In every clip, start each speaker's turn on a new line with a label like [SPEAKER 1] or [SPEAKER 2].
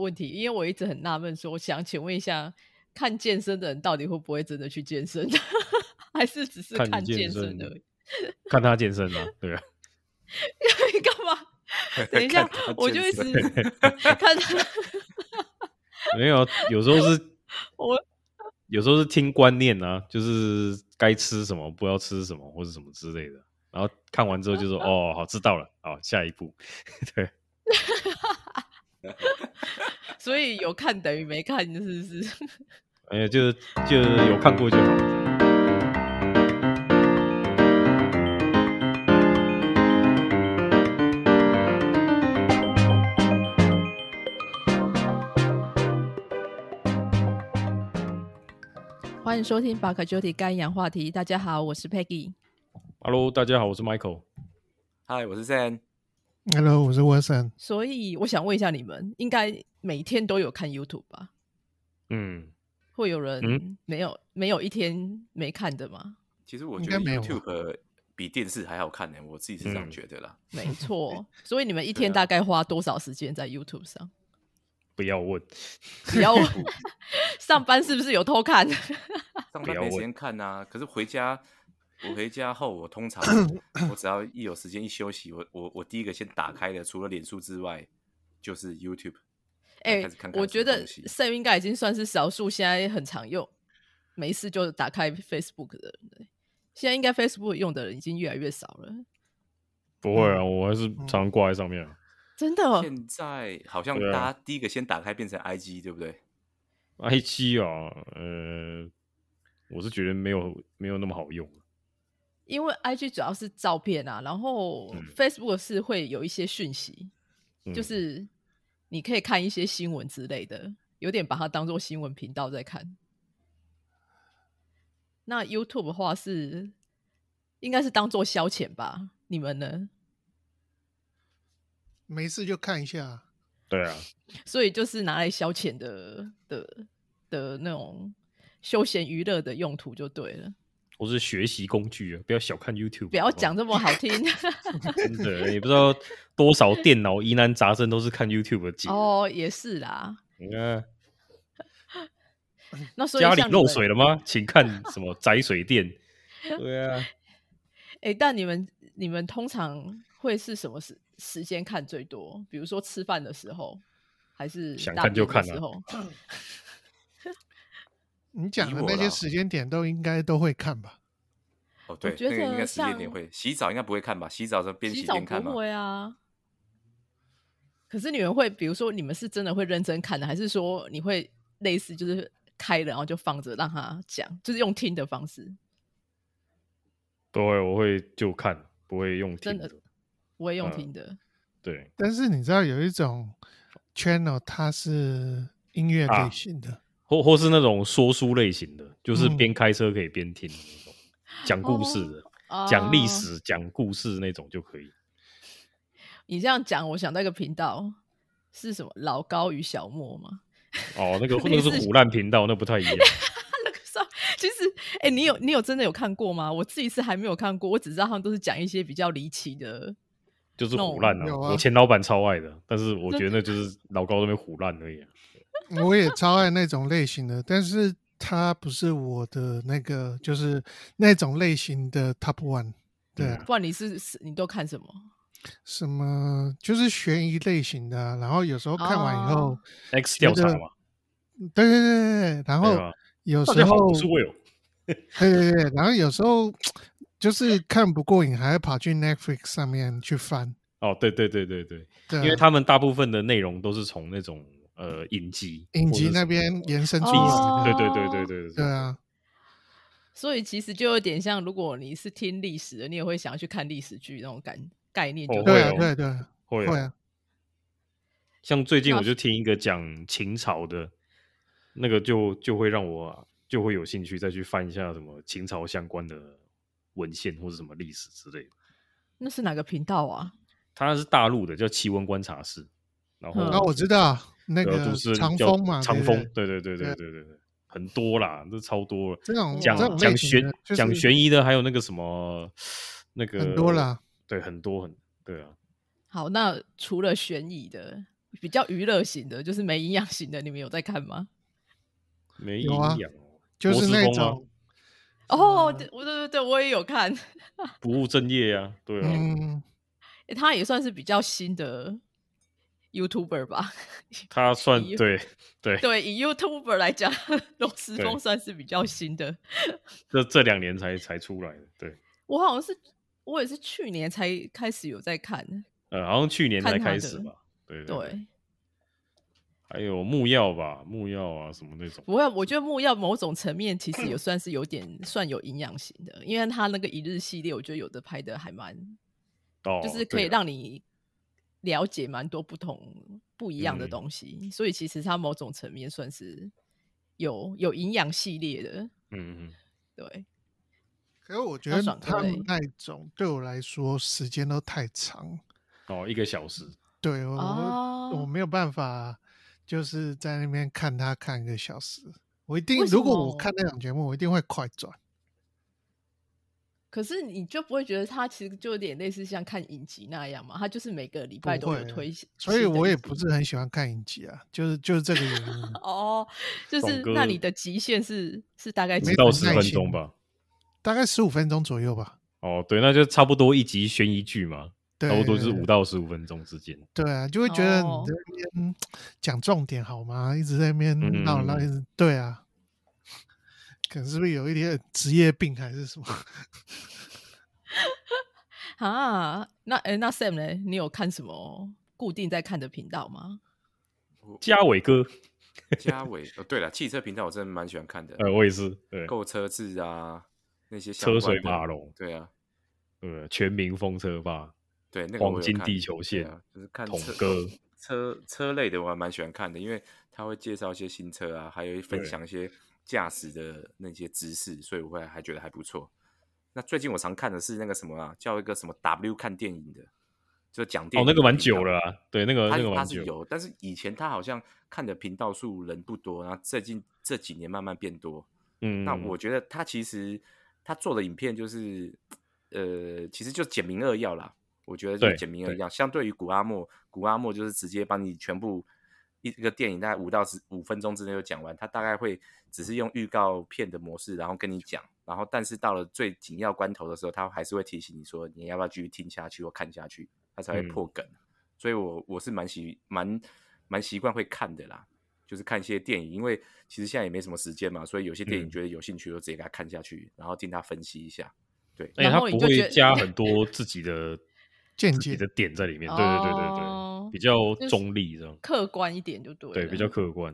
[SPEAKER 1] 问题，因为我一直很纳闷，说我想请问一下，看健身的人到底会不会真的去健身， 还是只是
[SPEAKER 2] 看你
[SPEAKER 1] 看
[SPEAKER 2] 健
[SPEAKER 1] 健
[SPEAKER 2] 身
[SPEAKER 1] 身而已？
[SPEAKER 2] 看他健身啊，对啊，
[SPEAKER 1] 你干嘛？等一下
[SPEAKER 3] 看他，
[SPEAKER 1] 我就一
[SPEAKER 3] 健
[SPEAKER 1] 直
[SPEAKER 3] 身
[SPEAKER 1] 看他，
[SPEAKER 2] 没有，有时候是
[SPEAKER 1] 我
[SPEAKER 2] 有时候是听观念啊，就是该吃什么，不要吃什么，或者什么之类的。然后看完之后 就说：“哦，好，知道了，好，下一步。
[SPEAKER 1] 所以有看等于没看，是不是？”
[SPEAKER 2] 哎呀，就就有看过就好。
[SPEAKER 1] 欢迎收听《巴卡 Jody 干养话题》，大家好，我是 Peggy。
[SPEAKER 2] Hello，大家好，我是 Michael。
[SPEAKER 3] 嗨，我是 Sam。
[SPEAKER 4] Hello，我是 Wilson。
[SPEAKER 1] 所以我想问一下你们，应该每天都有看 YouTube 吧？
[SPEAKER 2] 嗯，
[SPEAKER 1] 会有人
[SPEAKER 2] 嗯
[SPEAKER 1] 没有、没有一天没看的吗？
[SPEAKER 3] 其实我
[SPEAKER 4] 应
[SPEAKER 3] 觉得
[SPEAKER 4] 该没有吧
[SPEAKER 3] YouTube 比电视还好看呢、我自己是这样
[SPEAKER 2] 嗯
[SPEAKER 3] 觉得啦。
[SPEAKER 1] 没错，所以你们一
[SPEAKER 3] 对
[SPEAKER 1] 天
[SPEAKER 3] 啊
[SPEAKER 1] 大概花多少时间在 YouTube 上？
[SPEAKER 2] 不要问，
[SPEAKER 1] 只 要我 上班是不是有偷看？
[SPEAKER 3] 上
[SPEAKER 2] 不
[SPEAKER 3] 班
[SPEAKER 2] 要
[SPEAKER 3] 没时
[SPEAKER 2] 问
[SPEAKER 3] 间看啊，可是回家，我回家后，我通常我只要一有时间一休息，我我我第一个先打开的，除了脸书之外，就是 YouTube。
[SPEAKER 1] 哎、
[SPEAKER 3] 开始看看
[SPEAKER 1] 我
[SPEAKER 3] 什么
[SPEAKER 1] 觉得
[SPEAKER 3] 东西
[SPEAKER 1] Sam 应该已经算是少数现在很常用，没事就打开 Facebook 的人了。现在应该 Facebook 用的人已经越来越少了，
[SPEAKER 2] 不会
[SPEAKER 1] 嗯
[SPEAKER 2] 啊，我还是常常挂在上面啊。
[SPEAKER 1] 真的。哦
[SPEAKER 3] 现在好像
[SPEAKER 2] 对啊
[SPEAKER 3] 大家第一个先打开变成 IG，对不对？
[SPEAKER 2] i 七啊，呃，我是觉得没有没有那么好用。
[SPEAKER 1] 因为 IG 主要是照片啊，然后
[SPEAKER 2] 嗯
[SPEAKER 1] Facebook 是会有一些讯息，
[SPEAKER 2] 嗯
[SPEAKER 1] 就是你可以看一些新闻之类的，有点把它当做新闻频道在看。那 YouTube 的话是应该是当做消遣吧？你们呢？
[SPEAKER 4] 没事就看一下，
[SPEAKER 2] 对啊，
[SPEAKER 1] 所以就是拿来消遣的的的那种休闲娱乐的用途就对了，
[SPEAKER 2] 我是学习工具啊，不要小看 YouTube。
[SPEAKER 1] 不要
[SPEAKER 2] 好好
[SPEAKER 1] 讲这么好 听
[SPEAKER 2] 真的，也不知道多少电脑疑难杂症都是看 YouTube 的解。
[SPEAKER 1] 哦，也是啦。
[SPEAKER 2] 你看
[SPEAKER 1] 那所以
[SPEAKER 2] 家里
[SPEAKER 1] 像你
[SPEAKER 2] 漏
[SPEAKER 1] 们
[SPEAKER 2] 水了吗？请看什么宅 水电。对啊，
[SPEAKER 1] 哎、但你们你们通常会是什么时时间看最多？比如说吃饭的时候，还是
[SPEAKER 2] 想
[SPEAKER 1] 大
[SPEAKER 2] 看就
[SPEAKER 1] 便
[SPEAKER 2] 看
[SPEAKER 1] 的时
[SPEAKER 2] 啊
[SPEAKER 1] 候？
[SPEAKER 4] 你讲的
[SPEAKER 3] 以我
[SPEAKER 4] 那
[SPEAKER 3] 啦
[SPEAKER 4] 些时间点都应该都会看吧？
[SPEAKER 3] 哦，对，
[SPEAKER 1] 觉
[SPEAKER 3] 那个应
[SPEAKER 1] 得
[SPEAKER 3] 该时间
[SPEAKER 1] 像
[SPEAKER 3] 点会洗澡应该不会看吧？洗澡是边
[SPEAKER 1] 洗
[SPEAKER 3] 洗
[SPEAKER 1] 澡
[SPEAKER 3] 边看吗
[SPEAKER 1] 不？会啊。可是你们会，比如说你们是真的会认真看的，还是说你会类似就是开了然后就放着让他讲，就是用听的方式？
[SPEAKER 2] 都会我会就看，不会用听
[SPEAKER 1] 真的不会
[SPEAKER 2] 嗯
[SPEAKER 1] 用听的。
[SPEAKER 2] 对，
[SPEAKER 4] 但是你知道有一种 channel 它是音乐类型的，
[SPEAKER 2] 或或是那种说书类型的，就是
[SPEAKER 4] 嗯
[SPEAKER 2] 边开车可以边听的那种，讲故事的，
[SPEAKER 1] 啊
[SPEAKER 2] 讲历史、讲故事那种就可以。
[SPEAKER 1] 你这样讲，我想到一个频道是什么？老高与小莫吗？
[SPEAKER 2] 哦，那个
[SPEAKER 1] 类
[SPEAKER 2] 那
[SPEAKER 1] 似
[SPEAKER 2] 个是虎烂频道，那不太一 样。
[SPEAKER 1] 那个上，其实，哎、你有你有真的有看过吗？我自己是还没有看过，我只知道他们都是讲一些比较离奇的。
[SPEAKER 2] 就是虎烂
[SPEAKER 4] 那种有啊
[SPEAKER 2] 我前老板超爱的，但是我觉
[SPEAKER 1] 啊
[SPEAKER 2] 得那就是老高那边虎烂而已啊、
[SPEAKER 4] 我也超爱那种类型的， 但是它不是我的那个，就是那种类型的 top one。对
[SPEAKER 2] 嗯
[SPEAKER 4] 啊、
[SPEAKER 1] 不然你是是你都看什么？
[SPEAKER 4] 什么就是悬疑类型的啊、然后有时候看完以后
[SPEAKER 1] 哦，
[SPEAKER 2] 嗯 X 调查
[SPEAKER 4] 觉得
[SPEAKER 2] 嘛，
[SPEAKER 4] 对对对对，然
[SPEAKER 2] 对啊
[SPEAKER 4] 后
[SPEAKER 2] 吧？
[SPEAKER 4] 有
[SPEAKER 2] 大
[SPEAKER 4] 时
[SPEAKER 2] 家好，
[SPEAKER 4] 候
[SPEAKER 2] 我是 Will。
[SPEAKER 4] 对对对，然后有时候就是看不过瘾，还要跑去 Netflix 上面去翻。
[SPEAKER 2] 哦，对对对对对，
[SPEAKER 4] 对啊，
[SPEAKER 2] 因为他们大部分的内容都是从那种呃影集、
[SPEAKER 4] 影集
[SPEAKER 2] 或者
[SPEAKER 4] 那
[SPEAKER 2] 什么
[SPEAKER 4] 边延伸出
[SPEAKER 2] 历
[SPEAKER 4] 来
[SPEAKER 2] 史，
[SPEAKER 1] 哦
[SPEAKER 4] 的。
[SPEAKER 2] 对对对对对对
[SPEAKER 4] 对啊，
[SPEAKER 1] 所以其实就有点像，如果你是听历史的，你也会想要去看历史剧那种感概念就
[SPEAKER 2] 哦
[SPEAKER 1] 对了。
[SPEAKER 4] 对啊，
[SPEAKER 2] 会哦
[SPEAKER 4] 对对啊
[SPEAKER 2] 会
[SPEAKER 4] 会
[SPEAKER 2] 啊。
[SPEAKER 4] 啊，
[SPEAKER 2] 像最近
[SPEAKER 1] 那
[SPEAKER 2] 我就听一个讲秦朝的，那个就就会让我就会有兴趣再去翻一下什么秦朝相关的文献或者什么历史之类的。
[SPEAKER 1] 那是哪个频道啊？
[SPEAKER 2] 它是大陆的，叫奇闻观察室，然后
[SPEAKER 1] 嗯
[SPEAKER 4] 然哦后我知道那
[SPEAKER 2] 然后
[SPEAKER 4] 个
[SPEAKER 2] 哦啊都市
[SPEAKER 4] 长
[SPEAKER 2] 叫
[SPEAKER 4] 风嘛，
[SPEAKER 2] 长
[SPEAKER 4] 对
[SPEAKER 2] 风
[SPEAKER 4] 对，啊
[SPEAKER 2] 对对对对对对对，很多啦，这超多了。
[SPEAKER 4] 这种
[SPEAKER 2] 讲
[SPEAKER 4] 这种
[SPEAKER 2] 讲
[SPEAKER 4] 类型
[SPEAKER 2] 悬
[SPEAKER 4] 的就是
[SPEAKER 2] 讲悬疑的，还有那个什么那个
[SPEAKER 4] 很多啦，
[SPEAKER 2] 对，很多很对啊，
[SPEAKER 1] 好，那除了悬疑的，比较娱乐型的，就是没营养型的，你们有在看吗？
[SPEAKER 2] 没营
[SPEAKER 4] 有啊
[SPEAKER 2] 养哦，
[SPEAKER 4] 就是
[SPEAKER 2] 摩斯
[SPEAKER 4] 那
[SPEAKER 2] 风啊
[SPEAKER 4] 种，
[SPEAKER 1] 哦，对我对对对，我也有看，
[SPEAKER 2] 不务正业啊，对啊，
[SPEAKER 4] 嗯，
[SPEAKER 1] 欸他也算是比较新的 YouTuber 吧。
[SPEAKER 2] 他算
[SPEAKER 1] 以
[SPEAKER 2] 对对，
[SPEAKER 1] 对，以 YouTuber 来讲，罗时
[SPEAKER 2] 对
[SPEAKER 1] 峰算是比较新的。
[SPEAKER 2] 这这两年才才出来的，对，
[SPEAKER 1] 我好像是，我也是去年才开始有在看。
[SPEAKER 2] 呃，好像去年才
[SPEAKER 1] 看他
[SPEAKER 2] 开
[SPEAKER 1] 的
[SPEAKER 2] 始吧，对对，
[SPEAKER 1] 对，
[SPEAKER 2] 还有木曜吧，木曜啊什么那种，
[SPEAKER 1] 不过我觉得木曜某种层面其
[SPEAKER 2] 嗯
[SPEAKER 1] 实也算是有点算有营养型的，因为他那个一日系列，我觉得有的拍的还蛮，
[SPEAKER 2] 哦，
[SPEAKER 1] 就是可
[SPEAKER 2] 对
[SPEAKER 1] 以
[SPEAKER 2] 啊
[SPEAKER 1] 让你了解蛮多不同不一样的
[SPEAKER 2] 嗯
[SPEAKER 1] 东西，所以其实他某种层面算是有有营养系列的。
[SPEAKER 2] 嗯嗯
[SPEAKER 1] 对，
[SPEAKER 4] 可是我觉
[SPEAKER 1] 那
[SPEAKER 4] 得
[SPEAKER 1] 爽
[SPEAKER 4] 他
[SPEAKER 1] 对
[SPEAKER 4] 们那种对我来说时间都太长，
[SPEAKER 2] 嗯哦一个小时，
[SPEAKER 4] 对我、我
[SPEAKER 1] 哦
[SPEAKER 4] 没有办法，就是在那边看他看一个小时。我一定
[SPEAKER 1] 为，什
[SPEAKER 4] 如果我
[SPEAKER 1] 么
[SPEAKER 4] 看那种节目，我一定会快转。
[SPEAKER 1] 可是你就不会觉得它其实就有点类似像看影集那样嘛？它就是每个礼拜
[SPEAKER 4] 不
[SPEAKER 1] 都有
[SPEAKER 4] 会啊
[SPEAKER 1] 推新，
[SPEAKER 4] 所以
[SPEAKER 1] 新的
[SPEAKER 4] 我
[SPEAKER 1] 一
[SPEAKER 4] 也
[SPEAKER 1] 集
[SPEAKER 4] 不是很喜欢看影集啊，就是就是这个原因。
[SPEAKER 1] 哦，就
[SPEAKER 2] 爽
[SPEAKER 1] 是
[SPEAKER 2] 哥
[SPEAKER 1] 那你的极限是是大概
[SPEAKER 4] 没
[SPEAKER 1] 几
[SPEAKER 2] 不到
[SPEAKER 4] 什
[SPEAKER 2] 十
[SPEAKER 4] 么耐
[SPEAKER 2] 分
[SPEAKER 4] 心
[SPEAKER 2] 钟吧，
[SPEAKER 4] 大概十五分钟左右吧。
[SPEAKER 2] 哦，对，那就差不多一集悬疑剧嘛，
[SPEAKER 4] 对，
[SPEAKER 2] 差不多就是五到十五分钟之间。
[SPEAKER 4] 对啊，就会觉得你
[SPEAKER 1] 哦
[SPEAKER 4] 在那边讲重点好吗？一直在那边
[SPEAKER 2] 嗯
[SPEAKER 4] 闹闹，
[SPEAKER 2] 嗯
[SPEAKER 4] 一直对啊，可能是不是有一点职业病还是什么？
[SPEAKER 1] 啊？那哎、那 Sam 呢？你有看什么固定在看的频道吗？
[SPEAKER 2] 嘉伟哥，
[SPEAKER 3] 嗯嘉伟，哦，对了，汽车频道我真的蛮喜欢看 的，
[SPEAKER 2] 呃，我也是，对，
[SPEAKER 3] 购车制啊，那些相
[SPEAKER 2] 车
[SPEAKER 3] 关
[SPEAKER 2] 水
[SPEAKER 3] 的
[SPEAKER 2] 马龙，
[SPEAKER 3] 对啊，
[SPEAKER 2] 呃，全民风车吧，
[SPEAKER 3] 对，那个我
[SPEAKER 2] 黄
[SPEAKER 3] 有
[SPEAKER 2] 金
[SPEAKER 3] 看
[SPEAKER 2] 地球
[SPEAKER 3] 对
[SPEAKER 2] 线，
[SPEAKER 3] 啊，就是看
[SPEAKER 2] 统
[SPEAKER 3] 车
[SPEAKER 2] 哥
[SPEAKER 3] 车车类的，我还蛮喜欢看的，因为他会介绍一些新车啊，还有分
[SPEAKER 2] 对
[SPEAKER 3] 享一些驾驶的那些知识，所以我会还觉得还不错。那最近我常看的是那个什么啊，叫一个什么 W 看电影的，就讲电
[SPEAKER 2] 哦
[SPEAKER 3] 影，
[SPEAKER 2] 那个蛮
[SPEAKER 3] 的频道
[SPEAKER 2] 久了啊，对，那个
[SPEAKER 3] 他
[SPEAKER 2] 那个
[SPEAKER 3] 他
[SPEAKER 2] 蛮
[SPEAKER 3] 是
[SPEAKER 2] 久，
[SPEAKER 3] 有，但是以前他好像看的频道数人不多，然后最近这几年慢慢变多。
[SPEAKER 2] 嗯，
[SPEAKER 3] 那我觉得他其实他做的影片就是，呃，其实就简明扼要啦。我觉得就
[SPEAKER 2] 对
[SPEAKER 3] 是简明扼要，相对于古阿莫，古阿莫就是直接帮你全部一一个电影大概五到十五分钟之内就讲完，他大概会只是用预告片的模式，然后跟你讲，然后但是到了最紧要关头的时候，他还是会提醒你说你要不要继续听下去或看下去，他才会
[SPEAKER 2] 嗯
[SPEAKER 3] 破梗。所以我我是蛮习蛮蛮习惯会看的啦，就是看一些电影，因为其实现在也没什么时间嘛，所以有些电影
[SPEAKER 2] 嗯
[SPEAKER 3] 觉得有兴趣就直接给他看下去，然后听他分析一下。对，
[SPEAKER 2] 而且
[SPEAKER 1] 然
[SPEAKER 2] 哎他
[SPEAKER 1] 后你
[SPEAKER 2] 不
[SPEAKER 1] 就觉得
[SPEAKER 2] 会 加很多自 己的
[SPEAKER 4] 见
[SPEAKER 2] 自己
[SPEAKER 4] 解
[SPEAKER 2] 的点在里面，对对对对
[SPEAKER 1] 哦
[SPEAKER 2] 对，比较
[SPEAKER 1] 就是
[SPEAKER 2] 中立这样，
[SPEAKER 1] 客观一点就对了，啊
[SPEAKER 2] 对，比较客观，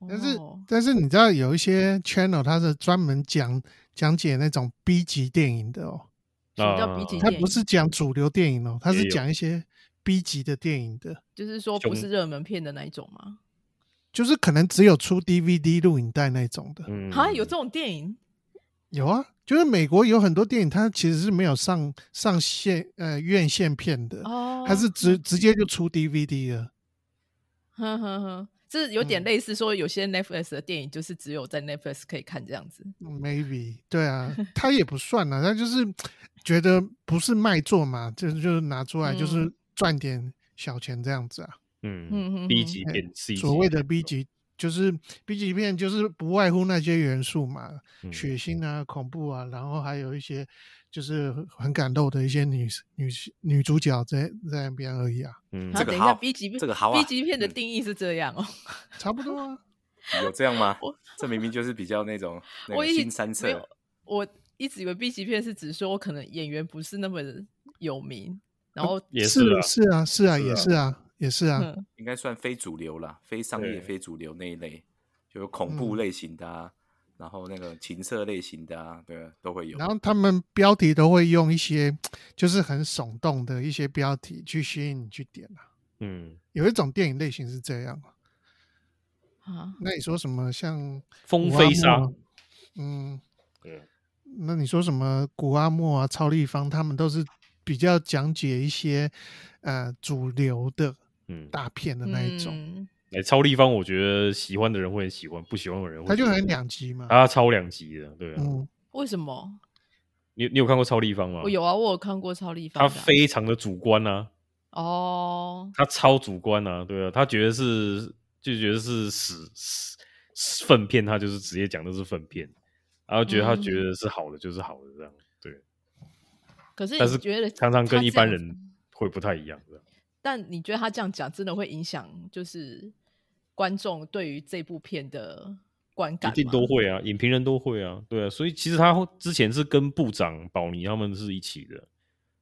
[SPEAKER 1] 哦。
[SPEAKER 4] 但是但是你知道有一些 channel 它是专门讲讲解那种 B 级电影的哦，
[SPEAKER 1] 什么叫比
[SPEAKER 2] 啊
[SPEAKER 1] 起
[SPEAKER 4] 它
[SPEAKER 1] 电
[SPEAKER 4] 不
[SPEAKER 1] 影
[SPEAKER 4] 是讲主流电影哦，它
[SPEAKER 2] 也
[SPEAKER 4] 是
[SPEAKER 2] 有
[SPEAKER 4] 讲一些 B 级的电影的，
[SPEAKER 1] 就是说不
[SPEAKER 2] 熊
[SPEAKER 1] 是热门片的那一种吗？
[SPEAKER 4] 就是可能只有出 DVD 录影带那种的。
[SPEAKER 2] 嗯，
[SPEAKER 1] 啊，有这种电影
[SPEAKER 4] 有啊，就是美国有很多电影，它其实是没有上上线呃院线片的，
[SPEAKER 1] 哦，
[SPEAKER 4] 呃它是直直接就出 DVD 了。
[SPEAKER 1] 哼哼哼，这有点
[SPEAKER 4] 嗯
[SPEAKER 1] 类似说有些 Netflix 的电影就是只有在 Netflix 可以看这样子。
[SPEAKER 4] 嗯 Maybe 对 啊，它也不算了，它就是觉得不是卖座嘛，就就是拿出来就是
[SPEAKER 1] 嗯
[SPEAKER 4] 赚点小钱这样子啊。
[SPEAKER 1] 嗯
[SPEAKER 2] 嗯
[SPEAKER 1] 哼
[SPEAKER 2] ，B
[SPEAKER 1] 哼
[SPEAKER 2] 级片 C 级
[SPEAKER 4] 所谓的
[SPEAKER 2] 片
[SPEAKER 4] B 级就是 B 级片，就是不外乎那些元素嘛，
[SPEAKER 2] 嗯
[SPEAKER 4] 血腥啊、恐怖啊，然后还有一些就是很感动的一些女女女主角在在那边而已啊。
[SPEAKER 2] 嗯
[SPEAKER 1] 啊，
[SPEAKER 3] 这个
[SPEAKER 1] 等一下
[SPEAKER 3] 好
[SPEAKER 1] ，B 级片
[SPEAKER 3] 这个好啊
[SPEAKER 1] B 级片的
[SPEAKER 3] 嗯
[SPEAKER 1] 定义是这样哦。
[SPEAKER 4] 差不多啊。
[SPEAKER 3] 有这样吗
[SPEAKER 1] 我？
[SPEAKER 3] 这明明就是比较那种 那
[SPEAKER 1] 我
[SPEAKER 3] 个
[SPEAKER 1] 一
[SPEAKER 3] 新三
[SPEAKER 1] 没
[SPEAKER 3] 色
[SPEAKER 1] 有，我一直以为 B 级片是指说可能演员不是那么有名，然
[SPEAKER 3] 哦
[SPEAKER 1] 后
[SPEAKER 2] 也
[SPEAKER 4] 是
[SPEAKER 2] 是啊，
[SPEAKER 4] 是啊，是啊，
[SPEAKER 2] 是
[SPEAKER 4] 也
[SPEAKER 2] 啊
[SPEAKER 4] 是啊，也是啊。
[SPEAKER 1] 嗯
[SPEAKER 3] 应该算非主流啦，非商业、
[SPEAKER 2] 对
[SPEAKER 3] 非主流那一类，就有恐怖类型的啊，然后那个情色类型的啊，对啊，都会有。
[SPEAKER 4] 然后他们标题都会用一些就是很耸动的一些标题去吸引你去点啊。
[SPEAKER 2] 嗯，
[SPEAKER 4] 有一种电影类型是这样啊，
[SPEAKER 1] 啊，
[SPEAKER 4] 那你说什么像
[SPEAKER 2] 风
[SPEAKER 4] 古阿
[SPEAKER 2] 飞
[SPEAKER 4] 莫
[SPEAKER 2] 沙
[SPEAKER 4] 啊，嗯，
[SPEAKER 2] 对，啊
[SPEAKER 4] 那你说什么古阿莫啊、超立方，他们都是比较讲解一些呃主流的
[SPEAKER 2] 嗯，
[SPEAKER 4] 大片的那一种，
[SPEAKER 1] 嗯
[SPEAKER 2] 哎，超立方，我觉得喜欢的人会很喜欢，不喜欢的人会
[SPEAKER 4] 他就
[SPEAKER 2] 觉得
[SPEAKER 4] 很两极嘛。
[SPEAKER 2] 嗯啊，超两极的，对啊，
[SPEAKER 4] 嗯，
[SPEAKER 1] 为什么？
[SPEAKER 2] 你你有看过超立方吗？
[SPEAKER 3] 嗯
[SPEAKER 1] 我有啊，我有看过超立方
[SPEAKER 2] 他
[SPEAKER 1] 的啊，
[SPEAKER 2] 非常的主观啊，
[SPEAKER 1] 哦，
[SPEAKER 2] 他超主观啊，对啊，他觉得是就觉得是屎屎屎粪片，他就是直接讲都是粪片，然后觉得他
[SPEAKER 1] 嗯
[SPEAKER 2] 觉得是好的就是好的这样，对，
[SPEAKER 1] 可是
[SPEAKER 2] 但
[SPEAKER 1] 你
[SPEAKER 2] 是
[SPEAKER 1] 觉得
[SPEAKER 2] 常常
[SPEAKER 1] 他
[SPEAKER 2] 跟一
[SPEAKER 1] 这
[SPEAKER 2] 般
[SPEAKER 1] 样
[SPEAKER 2] 人会不太一样这样。
[SPEAKER 1] 但你觉得他这样讲真的会影响，就是观众对于这部片的观感
[SPEAKER 2] 一
[SPEAKER 1] 吗？
[SPEAKER 2] 定都会啊，影评人都会啊，对啊，所以其实他之前是跟部长保尼他们是一起的，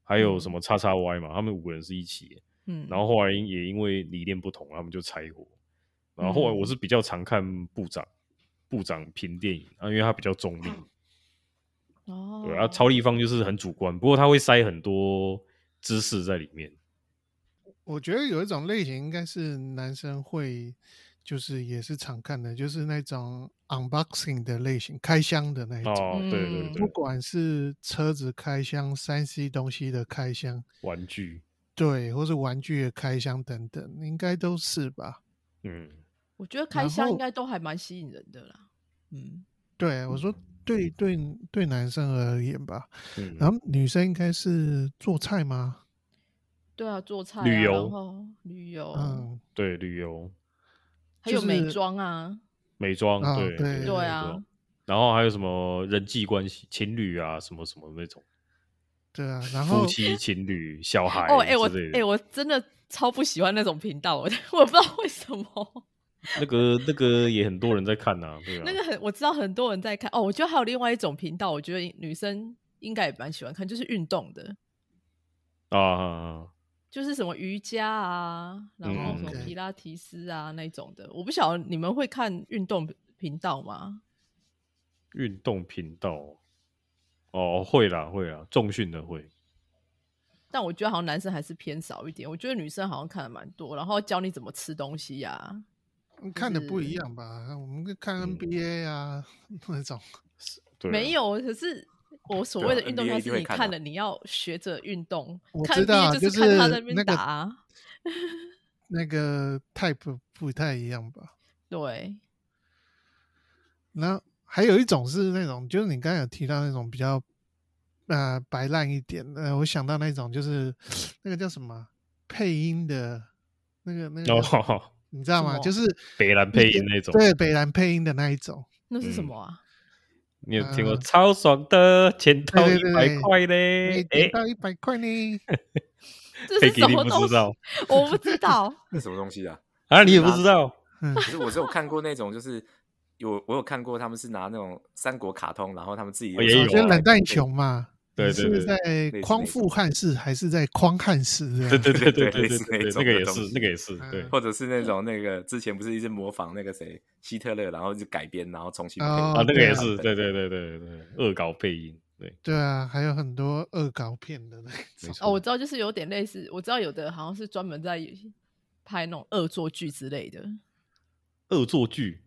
[SPEAKER 2] 还有什么叉叉 Y 嘛，他们五个人是一起的，
[SPEAKER 1] 嗯，
[SPEAKER 2] 然后后来也因为理念不同，他们就拆伙。然后后来
[SPEAKER 1] 嗯
[SPEAKER 2] 我是比较常看部长，部长评电影啊，因为他比较中立，
[SPEAKER 1] 哦，
[SPEAKER 2] 对啊，超立方就是很主观，不过他会塞很多知识在里面。
[SPEAKER 4] 我觉得有一种类型应该是男生会，就是也是常看的，就是那种 unboxing 的类型，开箱的那一种。
[SPEAKER 2] 哦，对对
[SPEAKER 1] 嗯
[SPEAKER 4] 不
[SPEAKER 2] 对，
[SPEAKER 4] 管是车子开箱、三 C 东西的开箱，
[SPEAKER 2] 玩具，
[SPEAKER 4] 对，或是玩具的开箱等等，应该都是吧？
[SPEAKER 2] 嗯，
[SPEAKER 1] 我觉得开
[SPEAKER 4] 然
[SPEAKER 1] 箱应
[SPEAKER 4] 后
[SPEAKER 1] 该都还蛮吸引人的啦。嗯，
[SPEAKER 4] 对，我说对对对，男生而言吧，
[SPEAKER 2] 嗯
[SPEAKER 4] 然后女生应该是做菜吗？
[SPEAKER 1] 对啊，做菜、啊、
[SPEAKER 2] 旅游
[SPEAKER 1] 然后旅游，
[SPEAKER 2] 哦
[SPEAKER 4] 嗯，
[SPEAKER 2] 对旅游、
[SPEAKER 1] 还有
[SPEAKER 4] 就
[SPEAKER 1] 美
[SPEAKER 4] 是
[SPEAKER 1] 妆啊，
[SPEAKER 2] 美妆，
[SPEAKER 4] 啊
[SPEAKER 2] 对
[SPEAKER 4] 对
[SPEAKER 2] 美
[SPEAKER 1] 对啊
[SPEAKER 2] 妆，然后还有什么人际关系、情侣啊，什么什么那种
[SPEAKER 4] 对啊，然后
[SPEAKER 2] 夫妻、情侣、小孩
[SPEAKER 1] 哦，哎、我
[SPEAKER 2] 之类
[SPEAKER 1] 哎、
[SPEAKER 2] 的。
[SPEAKER 1] 我真的超不喜欢那种频道，我我不知道为什么。
[SPEAKER 2] 那个那个也很多人在看呐，对啊，
[SPEAKER 1] 那个很我知道很多人在看哦，我觉得还有另外一种频道，我觉得女生应该也蛮喜欢看，就是运动的，
[SPEAKER 2] 啊啊啊，
[SPEAKER 1] 就是什么瑜伽啊，然后
[SPEAKER 2] 嗯
[SPEAKER 1] 什么
[SPEAKER 4] OK
[SPEAKER 1] 皮拉提斯啊那种的。我不晓得你们会看运动频道吗？
[SPEAKER 2] 运动频道哦，哦，会啦会啦，重训的会，
[SPEAKER 1] 但我觉得好像男生还是偏少一点，我觉得女生好像看的蛮多，然后教你怎么吃东西啊呀、
[SPEAKER 4] 看的不一
[SPEAKER 1] 是
[SPEAKER 4] 样吧？我们看
[SPEAKER 2] 嗯
[SPEAKER 4] NBA 啊、 那种，
[SPEAKER 2] 对啊，
[SPEAKER 1] 没有，可是我所谓
[SPEAKER 3] 对啊
[SPEAKER 1] 的运动，
[SPEAKER 3] NBA
[SPEAKER 1] 它
[SPEAKER 3] 一定
[SPEAKER 1] 是
[SPEAKER 3] 会
[SPEAKER 1] 你
[SPEAKER 3] 看
[SPEAKER 1] 看
[SPEAKER 3] 啊
[SPEAKER 1] 了，你要学着运动。
[SPEAKER 4] 我
[SPEAKER 1] 看
[SPEAKER 4] 知
[SPEAKER 1] NBA
[SPEAKER 4] 道啊
[SPEAKER 1] 就
[SPEAKER 4] 就是
[SPEAKER 1] 看他在那边
[SPEAKER 4] 那个
[SPEAKER 1] 打啊，
[SPEAKER 4] 那个 type 不太一样吧？
[SPEAKER 1] 对，
[SPEAKER 4] 那还有一种是那种，就是你刚才有提到那种比较呃白烂一点的，呃我想到那种就是那个叫什么啊配音的，那个那个叫什么、
[SPEAKER 2] 哦，
[SPEAKER 4] 你知道
[SPEAKER 1] 什
[SPEAKER 4] 吗？
[SPEAKER 1] 么
[SPEAKER 4] 就是
[SPEAKER 2] 北兰配音那种，
[SPEAKER 4] 对北兰配音的那一种，
[SPEAKER 1] 那是什
[SPEAKER 2] 嗯
[SPEAKER 1] 么啊？
[SPEAKER 2] 你有听过
[SPEAKER 4] 呃
[SPEAKER 2] 超爽的，钱到
[SPEAKER 4] 对
[SPEAKER 2] 一
[SPEAKER 4] 对对
[SPEAKER 2] 百块
[SPEAKER 4] 每
[SPEAKER 2] 嘞，
[SPEAKER 4] 天
[SPEAKER 2] 哎
[SPEAKER 4] 到一百块 呢。
[SPEAKER 1] 这是
[SPEAKER 2] ，Peggy
[SPEAKER 1] 什
[SPEAKER 2] 你
[SPEAKER 1] 么
[SPEAKER 2] 不
[SPEAKER 1] 东
[SPEAKER 2] 知
[SPEAKER 1] 西？
[SPEAKER 2] 道
[SPEAKER 1] 我不知道。
[SPEAKER 3] 那什么东西啊？
[SPEAKER 2] 啊？你也不知道？
[SPEAKER 4] 嗯
[SPEAKER 3] 可，是我是有看过那种，就是有我有看过他们是拿那种三国卡通，然后他们自己
[SPEAKER 2] 哦也有
[SPEAKER 4] 我觉得
[SPEAKER 2] 啊
[SPEAKER 4] 冷淡熊嘛，
[SPEAKER 2] 对
[SPEAKER 4] 你
[SPEAKER 2] 对
[SPEAKER 4] 是
[SPEAKER 2] 对
[SPEAKER 4] 在
[SPEAKER 3] 那
[SPEAKER 4] 匡复汉室还是在匡汉室这样？
[SPEAKER 2] 对对对对
[SPEAKER 3] 对
[SPEAKER 2] 对
[SPEAKER 3] 类
[SPEAKER 2] 对
[SPEAKER 3] 似那
[SPEAKER 2] 对，
[SPEAKER 3] 种
[SPEAKER 2] 那个
[SPEAKER 3] 的
[SPEAKER 2] 也
[SPEAKER 3] 东
[SPEAKER 2] 是
[SPEAKER 3] 西
[SPEAKER 2] 那个也是，
[SPEAKER 4] 嗯
[SPEAKER 2] 对，
[SPEAKER 3] 或者是那种那个之前不是一直模仿那个谁希特勒，然后就改编，然后重新配音
[SPEAKER 4] 哦
[SPEAKER 2] 啊，那个也
[SPEAKER 4] 对啊
[SPEAKER 2] 是，对对对对对，恶搞配音，对，
[SPEAKER 4] 对啊，还有很多恶搞片的那
[SPEAKER 2] 没
[SPEAKER 4] 种。
[SPEAKER 2] 错。
[SPEAKER 1] 哦，我知道，就是有点类似，我知道有的好像是专门在拍那种恶作剧之类的。
[SPEAKER 2] 恶作剧，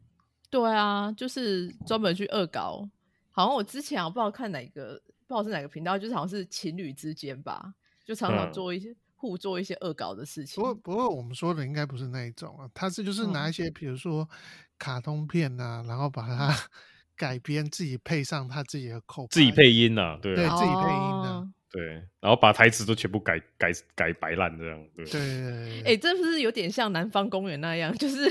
[SPEAKER 1] 对啊，就是专门去恶搞。好像我之前啊，不知道看哪个，不知道是哪个频道，就是好像是情侣之间吧，就常常
[SPEAKER 2] 嗯
[SPEAKER 1] 做一些、互做一些恶搞的事情
[SPEAKER 4] 不。过，不过我们说的应该不是那一种啊，它是就是拿
[SPEAKER 1] 嗯
[SPEAKER 4] 一些比如说卡通片啊，然后把它 改编，自己配上他自己的口白，
[SPEAKER 2] 嗯自己配音呐，对
[SPEAKER 4] 对
[SPEAKER 2] 啊
[SPEAKER 4] 自己配音的
[SPEAKER 1] 哦
[SPEAKER 2] 对，然后把台词都全部改改改白烂这样，对，
[SPEAKER 4] 对。对，对
[SPEAKER 1] 哎、这不是有点像南方公园那样，就是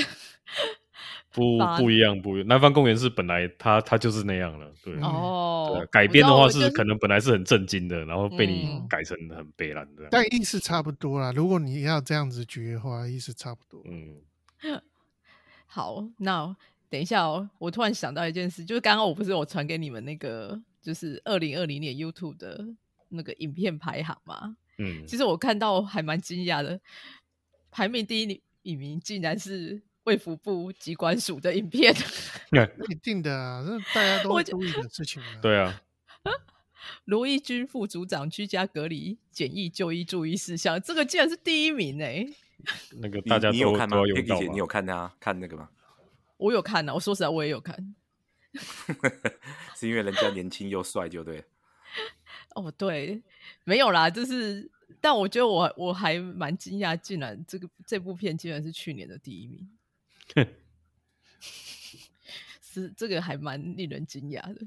[SPEAKER 2] 不
[SPEAKER 1] 把
[SPEAKER 2] 不一样，不一样。南方公园是本来他他就是那样了，对。
[SPEAKER 4] 嗯
[SPEAKER 1] 哦
[SPEAKER 2] 对，啊改编的话
[SPEAKER 1] 我知道
[SPEAKER 2] 是
[SPEAKER 1] 我就是
[SPEAKER 2] 可能本来是很震惊的，然后被你
[SPEAKER 1] 嗯
[SPEAKER 2] 改成很悲烂这样。
[SPEAKER 4] 但意思差不多啦。如果你要这样子举的话，意思差不多。
[SPEAKER 2] 嗯，
[SPEAKER 1] 好，那等一下哦，我突然想到一件事，就是刚刚我不是有传给你们那个，就是二零二零年 YouTube 的那个影片排行嘛？
[SPEAKER 2] 嗯
[SPEAKER 1] 其实我看到还蛮惊讶的，排名第一影名竟然是卫福部机关署的影片，
[SPEAKER 4] 那一定的啊，这大家都
[SPEAKER 1] 我
[SPEAKER 4] 会
[SPEAKER 1] 觉
[SPEAKER 4] 注意的事情啊。
[SPEAKER 2] 对啊，
[SPEAKER 1] 罗毅军副组长居家隔离检疫就医注意事项，这个竟然是第一名哎、
[SPEAKER 2] 那个
[SPEAKER 3] 你
[SPEAKER 2] 大家
[SPEAKER 3] 你
[SPEAKER 2] 都
[SPEAKER 3] 有看
[SPEAKER 2] 都
[SPEAKER 3] 吗
[SPEAKER 2] 要用
[SPEAKER 3] Peggy
[SPEAKER 2] 到
[SPEAKER 3] 姐
[SPEAKER 2] 吧
[SPEAKER 3] 你有看他看那个吗？
[SPEAKER 1] 我有看呢、啊我说实在我也有看。
[SPEAKER 3] 是因为人家年轻又帅，就对了。
[SPEAKER 1] 哦，对，没有啦，就是，但我觉得我我还蛮惊讶，竟然这个这部片竟然是去年的第一名，是这个还蛮令人惊讶的。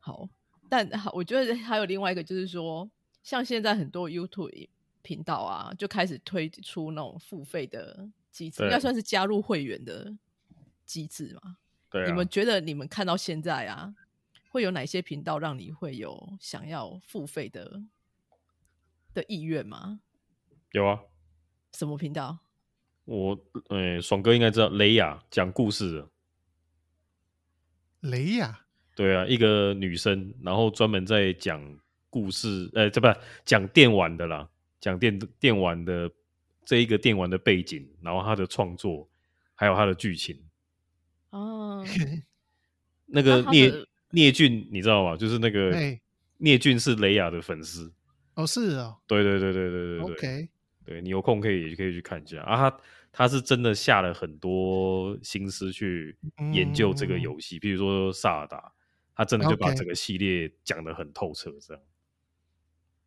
[SPEAKER 1] 好，但好，我觉得还有另外一个就是说，像现在很多 YouTube 频道啊，就开始推出那种付费的机制，
[SPEAKER 2] 对
[SPEAKER 1] 应该算是加入会员的机制嘛。
[SPEAKER 2] 对啊，
[SPEAKER 1] 你们觉得你们看到现在啊，会有哪些频道让你会有想要付费的的意愿吗？
[SPEAKER 2] 有啊？
[SPEAKER 1] 什么频道？
[SPEAKER 2] 我呃，爽哥应该知道雷雅讲故事的，
[SPEAKER 4] 雷亚
[SPEAKER 2] 对啊，一个女生，然后专门在讲故事，呃，这不是讲电玩的啦，讲电电玩的这一个电玩的背景，然后她的创作，还有她的剧情。
[SPEAKER 1] 哦，
[SPEAKER 2] 那个
[SPEAKER 1] 那她
[SPEAKER 2] 聂
[SPEAKER 1] 的
[SPEAKER 2] 聂俊你知道吗？就是那个
[SPEAKER 4] 哎
[SPEAKER 2] 聂俊是雷雅的粉丝，
[SPEAKER 4] 哦是哦
[SPEAKER 2] 对对对对对对对。
[SPEAKER 4] ，OK，
[SPEAKER 2] 对你有空可以也可以去看一下啊。他他是真的下了很多心思去研究这个游戏，譬如说《萨尔达》，他真的就把
[SPEAKER 4] 嗯 OK
[SPEAKER 2] 整个系列讲得很透彻，这样。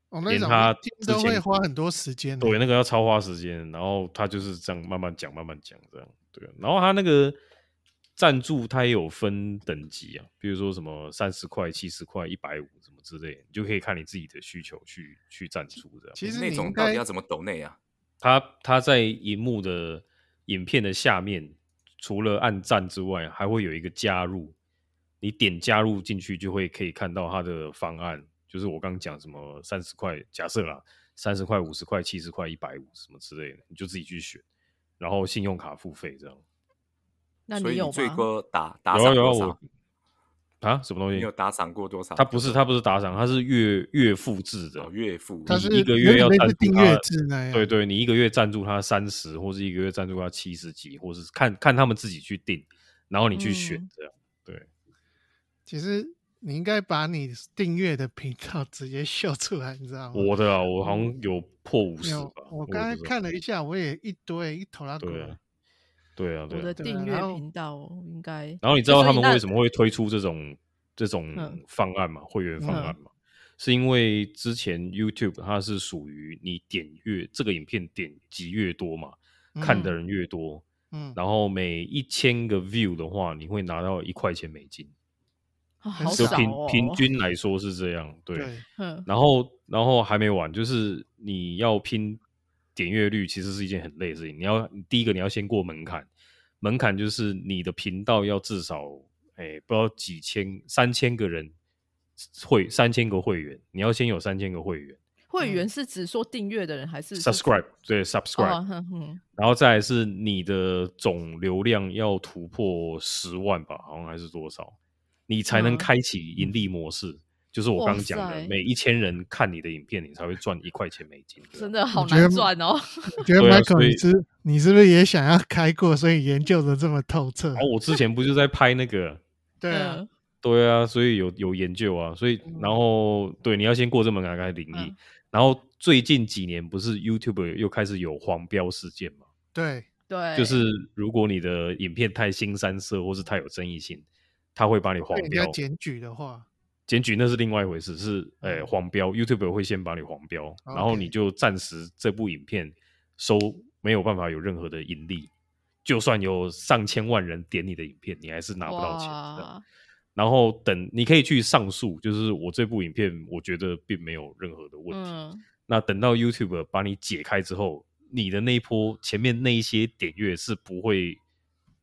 [SPEAKER 4] 哦那
[SPEAKER 2] 连
[SPEAKER 4] 种
[SPEAKER 2] 他
[SPEAKER 4] 听
[SPEAKER 2] 之
[SPEAKER 4] 都
[SPEAKER 2] 前
[SPEAKER 4] 会花很多时间的，
[SPEAKER 2] 对，那个要超花时间，然后他就是这样慢慢讲，慢慢讲这样。对，啊然后他那个赞助他也有分等级啊，比如说什么三十块、七十块、一百五什么之类的，你就可以看你自己的需求去去赞助这样。
[SPEAKER 4] 其实
[SPEAKER 3] 那
[SPEAKER 4] 你
[SPEAKER 3] 种
[SPEAKER 4] 应
[SPEAKER 3] 到底
[SPEAKER 4] 该
[SPEAKER 3] 要怎么抖内啊？
[SPEAKER 2] 他他在荧幕的影片的下面，除了按赞之外，还会有一个加入，你点加入进去就会可以看到他的方案，就是我刚讲什么三十块，假设啦，三十块、五十块、七十块、一百五什么之类的，你就自己去选，然后信用卡付费这样。
[SPEAKER 1] 那
[SPEAKER 3] 所以
[SPEAKER 1] 有吗？
[SPEAKER 3] 最多打打
[SPEAKER 2] 有啊
[SPEAKER 3] 赏
[SPEAKER 2] 有啊，
[SPEAKER 3] 多少
[SPEAKER 2] 我？啊什么东
[SPEAKER 3] 你
[SPEAKER 2] 西
[SPEAKER 3] 有？打赏过多少？
[SPEAKER 2] 他不是他不是打赏，他是月月付制的
[SPEAKER 3] 哦，，月付，
[SPEAKER 4] 它
[SPEAKER 2] 你
[SPEAKER 4] 是
[SPEAKER 2] 一个
[SPEAKER 4] 有
[SPEAKER 2] 月
[SPEAKER 4] 点
[SPEAKER 2] 要
[SPEAKER 4] 类
[SPEAKER 2] 赞
[SPEAKER 4] 似
[SPEAKER 2] 助
[SPEAKER 4] 订
[SPEAKER 2] 他
[SPEAKER 4] 阅
[SPEAKER 2] 的
[SPEAKER 4] 制那样，
[SPEAKER 2] 对对，你一个月赞助他三十，或是一个月赞助他七十几，或是看看他们自己去定，然后你去选
[SPEAKER 1] 嗯
[SPEAKER 2] 这样。对，
[SPEAKER 4] 其实你应该把你订阅的频道直接秀出来，你知道吗？
[SPEAKER 2] 我的啊，我好像有破五
[SPEAKER 4] 没
[SPEAKER 2] 十
[SPEAKER 4] 有
[SPEAKER 2] 吧。
[SPEAKER 4] 我
[SPEAKER 2] 也
[SPEAKER 4] 刚才
[SPEAKER 2] 不知道
[SPEAKER 4] 看了一下，我也一堆一头拉骨
[SPEAKER 2] 对
[SPEAKER 4] 的
[SPEAKER 2] 啊，对啊，
[SPEAKER 1] 我
[SPEAKER 2] 对
[SPEAKER 1] 的
[SPEAKER 2] 啊。
[SPEAKER 4] 对
[SPEAKER 1] 订阅
[SPEAKER 4] 然后
[SPEAKER 1] 频道应该，
[SPEAKER 2] 然后你知道他
[SPEAKER 1] 哦所以
[SPEAKER 2] 们
[SPEAKER 1] 那
[SPEAKER 2] 为什么会推出这种这种
[SPEAKER 1] 嗯
[SPEAKER 2] 方案嘛？会员方
[SPEAKER 1] 嗯
[SPEAKER 2] 案嘛？是因为之前 YouTube 它是属于你点阅这个影片点击越多嘛，啊看的
[SPEAKER 1] 嗯
[SPEAKER 2] 人越多，
[SPEAKER 4] 嗯，
[SPEAKER 2] 然后每一千个 view 的话，你会拿到一块钱美金。
[SPEAKER 1] 啊好
[SPEAKER 2] 就
[SPEAKER 1] 少
[SPEAKER 2] 平
[SPEAKER 1] 哦，
[SPEAKER 2] 平，均来说是这样，对。
[SPEAKER 4] 对，
[SPEAKER 1] 嗯，
[SPEAKER 2] 然后，然后还没完，就是你要拼点阅率，其实是一件很累的事情。你要第一个，你要先过门槛，门槛就是你的频道要至少，哎，不知道几千、三千个人会，三千个会员，你要先有三千个会员
[SPEAKER 1] 会
[SPEAKER 2] 嗯
[SPEAKER 1] 员是指说订阅的人还是是指
[SPEAKER 2] subscribe，对，subscribe，、
[SPEAKER 1] 哦，哼哼，
[SPEAKER 2] 然后再来是你的总流量要突破十万吧，好像还是多少，你才能
[SPEAKER 1] 嗯
[SPEAKER 2] 开启盈利模式。就是我刚刚讲
[SPEAKER 1] 哇
[SPEAKER 2] 的
[SPEAKER 1] 塞，
[SPEAKER 2] 每一千人看你的影片，你才会赚一块钱美金。
[SPEAKER 1] 真
[SPEAKER 2] 的，
[SPEAKER 1] 的好
[SPEAKER 4] 觉得
[SPEAKER 1] 难赚哦。
[SPEAKER 4] 我觉得
[SPEAKER 2] 对啊
[SPEAKER 4] Michael，、
[SPEAKER 2] 所以
[SPEAKER 4] 你是你是不是也想要开过，所以研究的这么透彻？
[SPEAKER 2] 然后我之前不就在拍那个，
[SPEAKER 4] 对啊，
[SPEAKER 1] 嗯
[SPEAKER 2] 对啊，所以有有研究啊，所以然后对你要先过这门槛开始领益
[SPEAKER 1] 嗯。
[SPEAKER 2] 然后最近几年不是 YouTube 又开始有黄标事件嘛？
[SPEAKER 4] 对，
[SPEAKER 1] 对，
[SPEAKER 2] 就是如果你的影片太新三色或是太有争议性，他会把你黄
[SPEAKER 4] 被人
[SPEAKER 2] 标
[SPEAKER 4] 家。检举的话，
[SPEAKER 2] 检举那是另外一回事，是诶、
[SPEAKER 1] 嗯
[SPEAKER 2] 呃黄标，YouTube 会先把你黄标，然后
[SPEAKER 4] OK
[SPEAKER 2] 你就暂时这部影片收没有办法有任何的盈利，就算有上千万人点你的影片，你还是拿不到钱这样。
[SPEAKER 1] 哇，
[SPEAKER 2] 然后等你可以去上诉，就是我这部影片我觉得并没有任何的问题。
[SPEAKER 1] 嗯，
[SPEAKER 2] 那等到 YouTube 把你解开之后，你的那一波前面那一些点阅是不会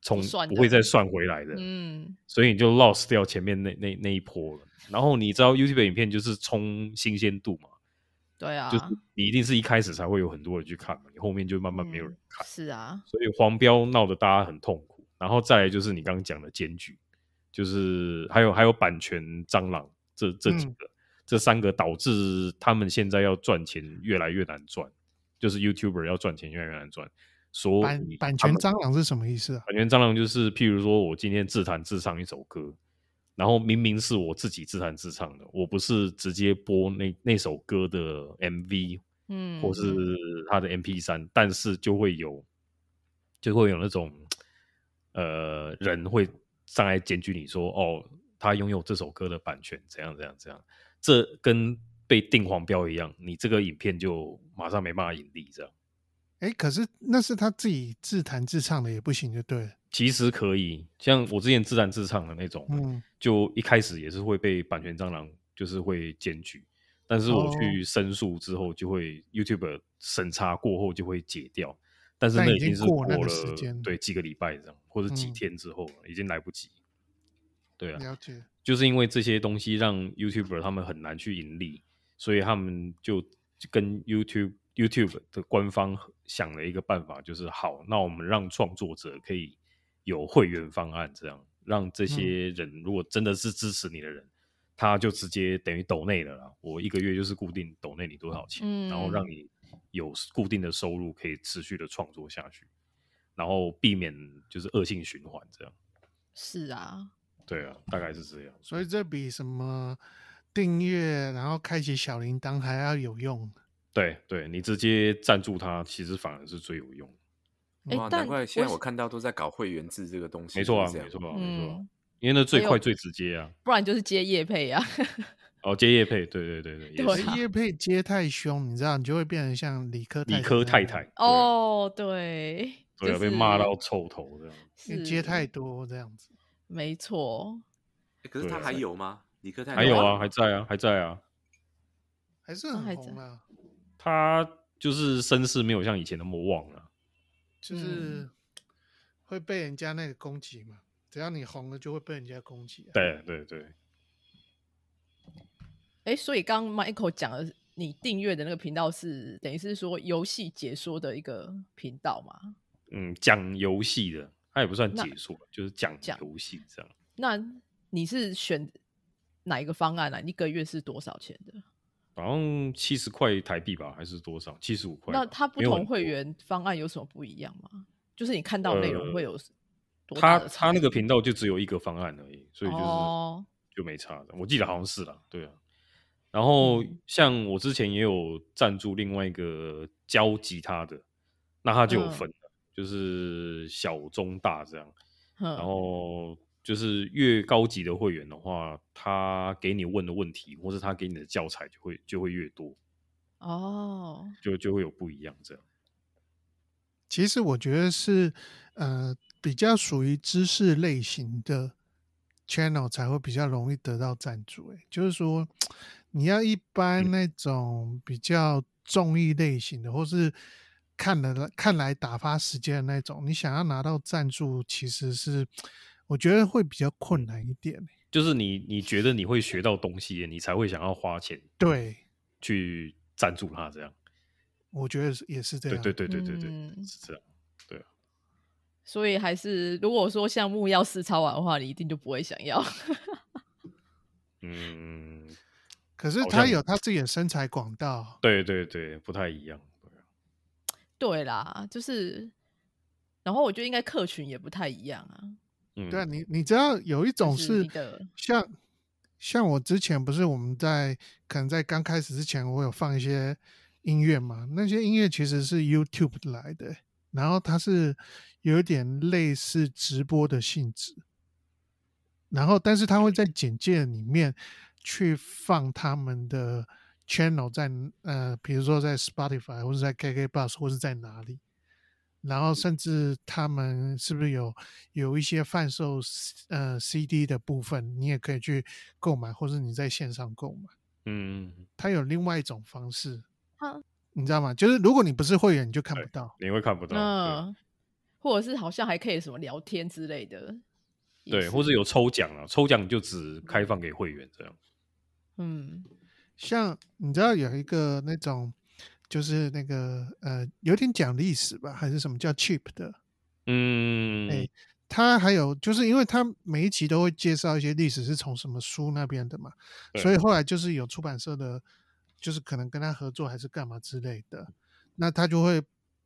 [SPEAKER 2] 从
[SPEAKER 1] 不算
[SPEAKER 2] 不
[SPEAKER 1] 的
[SPEAKER 2] 会再算回来的，
[SPEAKER 1] 嗯，
[SPEAKER 2] 所以你就 lost 掉前面那那那一波了。然后你知道 YouTube 影片就是冲新鲜度嘛，
[SPEAKER 1] 对啊，
[SPEAKER 2] 就是你一定是一开始才会有很多人去看嘛，你后面就慢慢没有人
[SPEAKER 1] 嗯
[SPEAKER 2] 看，
[SPEAKER 1] 是啊，
[SPEAKER 2] 所以黄标闹得大家很痛苦。然后再来就是你刚刚讲的检举，就是还有还有版权蟑螂这这
[SPEAKER 4] 嗯
[SPEAKER 2] 几个、这三个导致他们现在要赚钱越来越难赚，就是 YouTuber 要赚钱越来越难赚，所
[SPEAKER 4] 版
[SPEAKER 2] 以
[SPEAKER 4] 版
[SPEAKER 2] 他
[SPEAKER 4] 权
[SPEAKER 2] 们
[SPEAKER 4] 蟑螂是什么意思啊？
[SPEAKER 2] 版权蟑螂就是，譬如说我今天自弹自唱一首歌，然后明明是我自己自弹自唱的，我不是直接播那那首歌的 MV
[SPEAKER 1] 嗯，
[SPEAKER 2] 或是
[SPEAKER 1] 嗯
[SPEAKER 2] 它的 MP 三，但是就会有就会有那种呃人会上来检举你说，哦，他拥有这首歌的版权，怎样怎样怎样，这跟被定黄标一样，你这个影片就马上没办法盈利这样。
[SPEAKER 4] 哎，可是那是他自己自弹自唱的，也不行，就对了。
[SPEAKER 2] 其实可以，像我之前自弹自唱的那种，
[SPEAKER 4] 嗯，
[SPEAKER 2] 就一开始也是会被版权蟑螂就是会检举，但是
[SPEAKER 4] 哦
[SPEAKER 2] 我去申诉之后，就会 YouTube 审查过后就会解掉，但是
[SPEAKER 4] 但
[SPEAKER 2] 那
[SPEAKER 4] 已经
[SPEAKER 2] 经是
[SPEAKER 4] 过
[SPEAKER 2] 过
[SPEAKER 4] 那个
[SPEAKER 2] 了
[SPEAKER 4] 时间
[SPEAKER 2] 对几个礼拜这样，或者几
[SPEAKER 4] 嗯
[SPEAKER 2] 天之后，已经来不及。对啊，
[SPEAKER 4] 了解，
[SPEAKER 2] 就是因为这些东西让 YouTuber 他们很难去盈利，所以他们就跟 YouTube YouTube 的官方想了一个办法，就是好，那我们让创作者可以有会员方案，这样让
[SPEAKER 4] 嗯
[SPEAKER 2] 这些人如果真的是支持你的人，他就直接等于抖内了啦。我一个月就是固定抖内你多少钱，然后让
[SPEAKER 1] 嗯
[SPEAKER 2] 你有固定的收入，可以持续的创作下去，然后避免就是恶性循环这样。
[SPEAKER 1] 是啊，
[SPEAKER 2] 对啊，大概是这样。
[SPEAKER 4] 所以这比什么订阅然后开启小铃铛还要有用。
[SPEAKER 2] 对对，你直接赞助他，其实反而是最有用。
[SPEAKER 1] 哎
[SPEAKER 3] 哇，，难
[SPEAKER 1] 但
[SPEAKER 3] 怪现在
[SPEAKER 1] 是
[SPEAKER 3] 我看到都在搞会员制这个东西，
[SPEAKER 2] 没错啊，
[SPEAKER 3] 就是这样
[SPEAKER 2] 没错啊，没错啊
[SPEAKER 1] 嗯，，
[SPEAKER 2] 因为那最
[SPEAKER 1] 还有
[SPEAKER 2] 快最直接啊。
[SPEAKER 1] 不然就是接叶配 啊，
[SPEAKER 2] 哦，接业配，对对对对，也
[SPEAKER 1] 对
[SPEAKER 2] 是
[SPEAKER 1] 啊
[SPEAKER 4] 业配接太凶，你知道，你就会变成像理科
[SPEAKER 2] 理科太太
[SPEAKER 4] 太，
[SPEAKER 1] 哦，对，
[SPEAKER 2] 对啊，
[SPEAKER 1] 就
[SPEAKER 2] 对啊，
[SPEAKER 1] 是
[SPEAKER 2] 被骂到臭头这样。
[SPEAKER 4] 因为
[SPEAKER 1] 是
[SPEAKER 4] 接太多这样子。
[SPEAKER 1] 没错，
[SPEAKER 3] 诶可是
[SPEAKER 2] 对
[SPEAKER 3] 他
[SPEAKER 2] 啊
[SPEAKER 3] 还有吗？理科太
[SPEAKER 2] 还有
[SPEAKER 3] 太
[SPEAKER 2] 啊，还在啊，还在啊。
[SPEAKER 4] 还是
[SPEAKER 1] 哦还
[SPEAKER 4] 很
[SPEAKER 1] 在
[SPEAKER 4] 红啊，
[SPEAKER 2] 他就是身世没有像以前那么旺了、
[SPEAKER 1] 嗯
[SPEAKER 4] 就是会被人家那个攻击嘛。只要你红了，就会被人家攻击、啊。，
[SPEAKER 2] 对对对，
[SPEAKER 1] 哎，所以刚刚 Michael 讲的是，你订阅的那个频道是等于是说游戏解说的一个频道嘛？
[SPEAKER 2] 嗯，讲游戏的，他也不算
[SPEAKER 1] 那
[SPEAKER 2] 解说，就是讲
[SPEAKER 1] 讲
[SPEAKER 2] 游戏这样。
[SPEAKER 1] 那你是选哪一个方案啊？一个月是多少钱的？
[SPEAKER 2] 好像七十块台币吧，还是多少？七十五块吧。
[SPEAKER 1] 那它不
[SPEAKER 2] 没有
[SPEAKER 1] 同
[SPEAKER 2] 很
[SPEAKER 1] 会
[SPEAKER 2] 多
[SPEAKER 1] 员方案有什么不一样吗？就是你看到内容会有多大
[SPEAKER 2] 他
[SPEAKER 1] 的
[SPEAKER 2] 他
[SPEAKER 1] 差
[SPEAKER 2] 呃那
[SPEAKER 1] 异
[SPEAKER 2] 个频道就只有一个方案而已，所以就是、
[SPEAKER 1] 哦
[SPEAKER 2] 就没差的。我记得好像是啦，对啊。然后
[SPEAKER 1] 嗯
[SPEAKER 2] 像我之前也有赞助另外一个教吉他的，那他就有
[SPEAKER 1] 嗯
[SPEAKER 2] 分了，就是小中大这样。
[SPEAKER 1] 哼
[SPEAKER 2] 然后就是越高级的会员的话，他给你问的问题或是他给你的教材就会就会越多，
[SPEAKER 1] 哦，
[SPEAKER 2] 就就会有不一样这样。
[SPEAKER 4] 其实我觉得是呃比较属于知识类型的 channel 才会比较容易得到赞助、欸。就是说你要一
[SPEAKER 2] 嗯
[SPEAKER 4] 般那种比较综艺类型的，或是看了看来打发时间的那种，你想要拿到赞助，其实是我觉得会比较困
[SPEAKER 2] 嗯
[SPEAKER 4] 难一点、欸。
[SPEAKER 2] 就是你你觉得你会学到东西，你才会想要花钱
[SPEAKER 4] 对，
[SPEAKER 2] 去赞助他这样。
[SPEAKER 4] 我觉得是也是这
[SPEAKER 2] 对
[SPEAKER 4] 样。
[SPEAKER 2] 对对对对对，
[SPEAKER 1] 嗯
[SPEAKER 2] 是这样。
[SPEAKER 1] 所以还是如果说项目要试抄完的话，你一定就不会想要。
[SPEAKER 2] 嗯，
[SPEAKER 4] 可是
[SPEAKER 2] 好
[SPEAKER 4] 他
[SPEAKER 2] 像
[SPEAKER 4] 有他自己的身材广道，
[SPEAKER 2] 对对对，不太一样。
[SPEAKER 1] 对啦，就是，然后我觉得应该客群也不太一样啊。
[SPEAKER 2] 嗯，
[SPEAKER 4] 对啊，你你知道有一种
[SPEAKER 1] 是
[SPEAKER 4] 是
[SPEAKER 1] 你的
[SPEAKER 4] 像像我之前不是我们在可能在刚开始之前，我有放一些音乐嘛，那些音乐其实是 YouTube 来的欸，然后它是有一点类似直播的性质，然后但是它会在简介里面去放他们的 channel 在呃，比如说在 Spotify 或者在 KK Bus 或是在哪里，然后甚至他们是不是有有一些贩售 C- 呃 CD 的部分，你也可以去购买，或是你在线上购买。
[SPEAKER 2] 嗯，
[SPEAKER 4] 它有另外一种方式
[SPEAKER 1] 啊，
[SPEAKER 4] 你知道吗？就是如果你不是会员，你就看不
[SPEAKER 2] 对
[SPEAKER 4] 到。
[SPEAKER 2] 你会看不到。
[SPEAKER 1] 嗯，或者是好像还可以什么聊天之类的，
[SPEAKER 2] 对，对，或者有抽奖啊，抽奖就只开放给会员这样。
[SPEAKER 1] 嗯
[SPEAKER 4] 像你知道有一个那种，就是那个呃，有点讲历史吧，还是什么叫 cheap 的，
[SPEAKER 2] 嗯，
[SPEAKER 4] 哎它还有就是因为它每一期都会介绍一些历史是从什么书那边的嘛，
[SPEAKER 2] 对
[SPEAKER 4] 所以后来就是有出版社的，就是可能跟他合作还是干嘛之类的，那他就会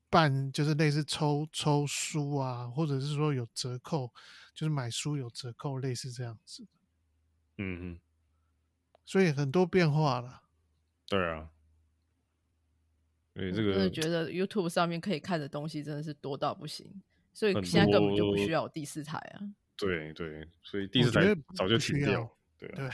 [SPEAKER 4] 办就是类似抽抽书啊，或者是说有折扣，就是买书有折扣，类似这样子，
[SPEAKER 2] 嗯嗯，
[SPEAKER 4] 所以很多变化了。
[SPEAKER 2] 对啊。所以
[SPEAKER 1] 我
[SPEAKER 2] 这
[SPEAKER 1] 真的
[SPEAKER 2] 个
[SPEAKER 1] 觉得 YouTube 上面可以看的东西真的是多到不行，所以
[SPEAKER 2] 很
[SPEAKER 1] 现在根本就不
[SPEAKER 2] 多
[SPEAKER 1] 需要有第四台啊。
[SPEAKER 2] 对对，所以第
[SPEAKER 4] 我
[SPEAKER 2] 四
[SPEAKER 4] 觉
[SPEAKER 2] 台
[SPEAKER 4] 得不
[SPEAKER 2] 早就
[SPEAKER 4] 不需
[SPEAKER 2] 停掉
[SPEAKER 4] 要
[SPEAKER 2] 了。对啊，
[SPEAKER 4] 对，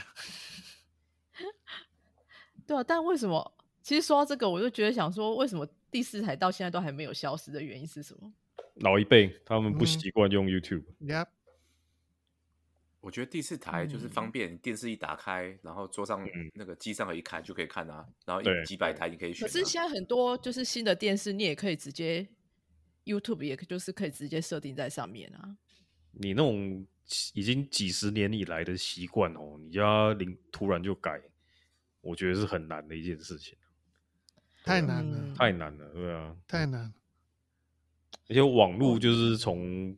[SPEAKER 1] 对啊，但为什么？其实说到这个，我就觉得想说，为什么第四台到现在都还没有消失的原因是什么？
[SPEAKER 2] 老一辈他们不
[SPEAKER 4] 嗯
[SPEAKER 2] 习惯用 YouTube，
[SPEAKER 4] 呀，
[SPEAKER 3] 我觉得第四台就是方
[SPEAKER 1] 嗯
[SPEAKER 3] 便，电视一打开，然后桌上那个机上有一看就可以看啊，然
[SPEAKER 2] 嗯
[SPEAKER 3] 后
[SPEAKER 2] 对
[SPEAKER 3] 一几百台你可以
[SPEAKER 1] 可
[SPEAKER 3] 选、啊。
[SPEAKER 1] 是现在很多就是新的电视，你也可以直接 YouTube，也就是可以直接设定在上面啊。
[SPEAKER 2] 你那种已经几十年以来的习惯哦，你就要零突然就改，我觉得是很难的一件事情，
[SPEAKER 4] 太难了，
[SPEAKER 1] 嗯
[SPEAKER 2] 太难了，对啊。
[SPEAKER 4] 太哦难了。
[SPEAKER 2] 而且网络就是从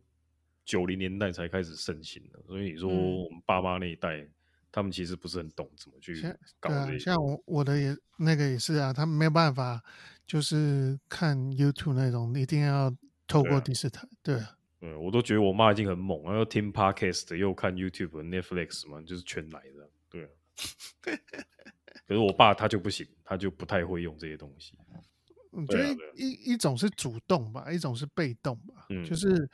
[SPEAKER 2] 九零年代才开始盛行的，所以你说
[SPEAKER 1] 嗯
[SPEAKER 2] 我们爸妈那一代，他们其实不是很懂怎么去
[SPEAKER 4] 像
[SPEAKER 2] 搞
[SPEAKER 4] 对啊
[SPEAKER 2] 这，些。
[SPEAKER 4] 像我我的也那个也是啊，他们没有办法，就是看 YouTube 那种，一定要透
[SPEAKER 2] 对
[SPEAKER 4] 过
[SPEAKER 2] 啊
[SPEAKER 4] 第四台。对啊，
[SPEAKER 2] 嗯，我都觉得我妈已经很猛，然后听 podcast 又看 YouTube、Netflix 嘛，就是全来的。对、 啊，可是我爸他就不行，他就不太会用这些东西。
[SPEAKER 4] 我觉
[SPEAKER 2] 对啊
[SPEAKER 4] 得
[SPEAKER 2] 对啊
[SPEAKER 4] 嗯一一种是主动吧，一种是被动吧，
[SPEAKER 2] 嗯
[SPEAKER 4] 就是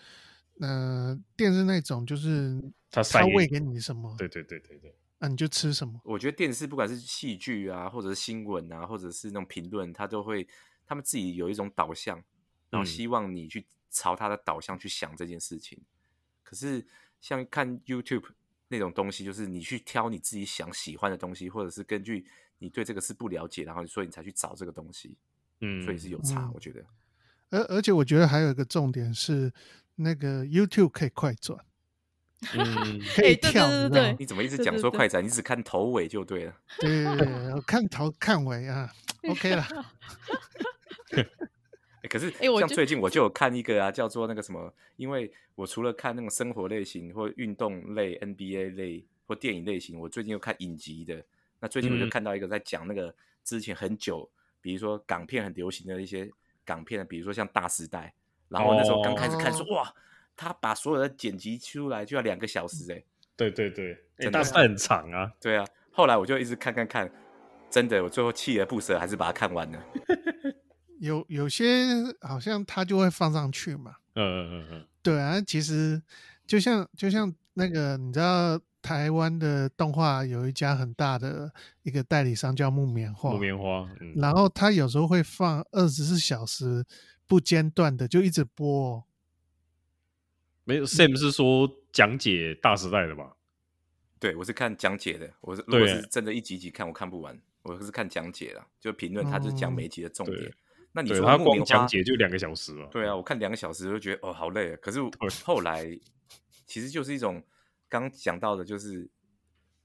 [SPEAKER 4] 呃电视那种就是
[SPEAKER 2] 他塞
[SPEAKER 4] 他
[SPEAKER 2] 给
[SPEAKER 4] 喂
[SPEAKER 2] 你
[SPEAKER 4] 给你什么，
[SPEAKER 2] 对对对对对，
[SPEAKER 4] 啊你就吃什么。
[SPEAKER 3] 我觉得电视不管是戏剧啊，或者是新闻啊，或者是那种评论，他都会他们自己有一种导向，然后
[SPEAKER 2] 嗯
[SPEAKER 3] 希望你去朝他的导向去想这件事情。可是像看 YouTube 那种东西，就是你去挑你自己想喜欢的东西，或者是根据你对这个是不了解，然后所以你才去找这个东西，
[SPEAKER 2] 嗯，
[SPEAKER 3] 所以是有差。
[SPEAKER 4] 嗯
[SPEAKER 3] 我觉得
[SPEAKER 4] 而而且我觉得还有一个重点是，那个 YouTube 可以快转，
[SPEAKER 2] 嗯，
[SPEAKER 4] 可以
[SPEAKER 1] 哎对对对
[SPEAKER 4] 跳，你知
[SPEAKER 1] 对
[SPEAKER 4] 道吗
[SPEAKER 3] 你怎么一直
[SPEAKER 1] 对
[SPEAKER 3] 讲
[SPEAKER 1] 对
[SPEAKER 3] 说
[SPEAKER 1] 对
[SPEAKER 3] 快展，你只看头尾就对了。
[SPEAKER 4] 对对对对，我看头看尾啊，OK 了。
[SPEAKER 3] 欸可是，
[SPEAKER 1] 欸我
[SPEAKER 3] 像
[SPEAKER 1] 就
[SPEAKER 3] 最近我就有看一个啊，叫做那个什么，因为我除了看那种生活类型或运动类、NBA 类或电影类型，我最近又看影集的。那最近我就
[SPEAKER 2] 嗯
[SPEAKER 3] 看到一个在讲那个之前很久，比如说港片很流行的一些港片的，比如说像《大时代》，然后我那时候刚开始看
[SPEAKER 1] 哦
[SPEAKER 3] 说、哇，他把所有的剪辑出来就要两个小时哎、欸，
[SPEAKER 2] 对对对，哎
[SPEAKER 3] 真的
[SPEAKER 2] 大赛很长啊，
[SPEAKER 3] 对啊。后来我就一直看看看，真的我最后锲而不舍还是把它看完了。
[SPEAKER 4] 有有些好像他就会放上去嘛，
[SPEAKER 2] 嗯嗯嗯嗯，
[SPEAKER 4] 对啊，其实就像就像那个，你知道台湾的动画有一家很大的一个代理商叫木棉花，
[SPEAKER 2] 木棉花，嗯，
[SPEAKER 4] 然后他有时候会放二十四小时不间断的，就一直播、哦。
[SPEAKER 2] 没有
[SPEAKER 4] 嗯
[SPEAKER 2] Sam 是说讲解大时代的吧？
[SPEAKER 3] 对，我是看讲解的。我是如
[SPEAKER 2] 对
[SPEAKER 3] 果是真的一集一集看，我看不完，我是看讲解的，就评论，他就是讲每一集的重
[SPEAKER 2] 哦对
[SPEAKER 3] 点。那你
[SPEAKER 2] 对
[SPEAKER 3] 说
[SPEAKER 2] 他
[SPEAKER 3] 木
[SPEAKER 2] 光
[SPEAKER 3] 棉
[SPEAKER 2] 讲
[SPEAKER 3] 花
[SPEAKER 2] 解就两个小时了。
[SPEAKER 3] 对啊，我看两个小时就觉得哦好累啊。可 是我后来其实就是一种刚讲到的，就是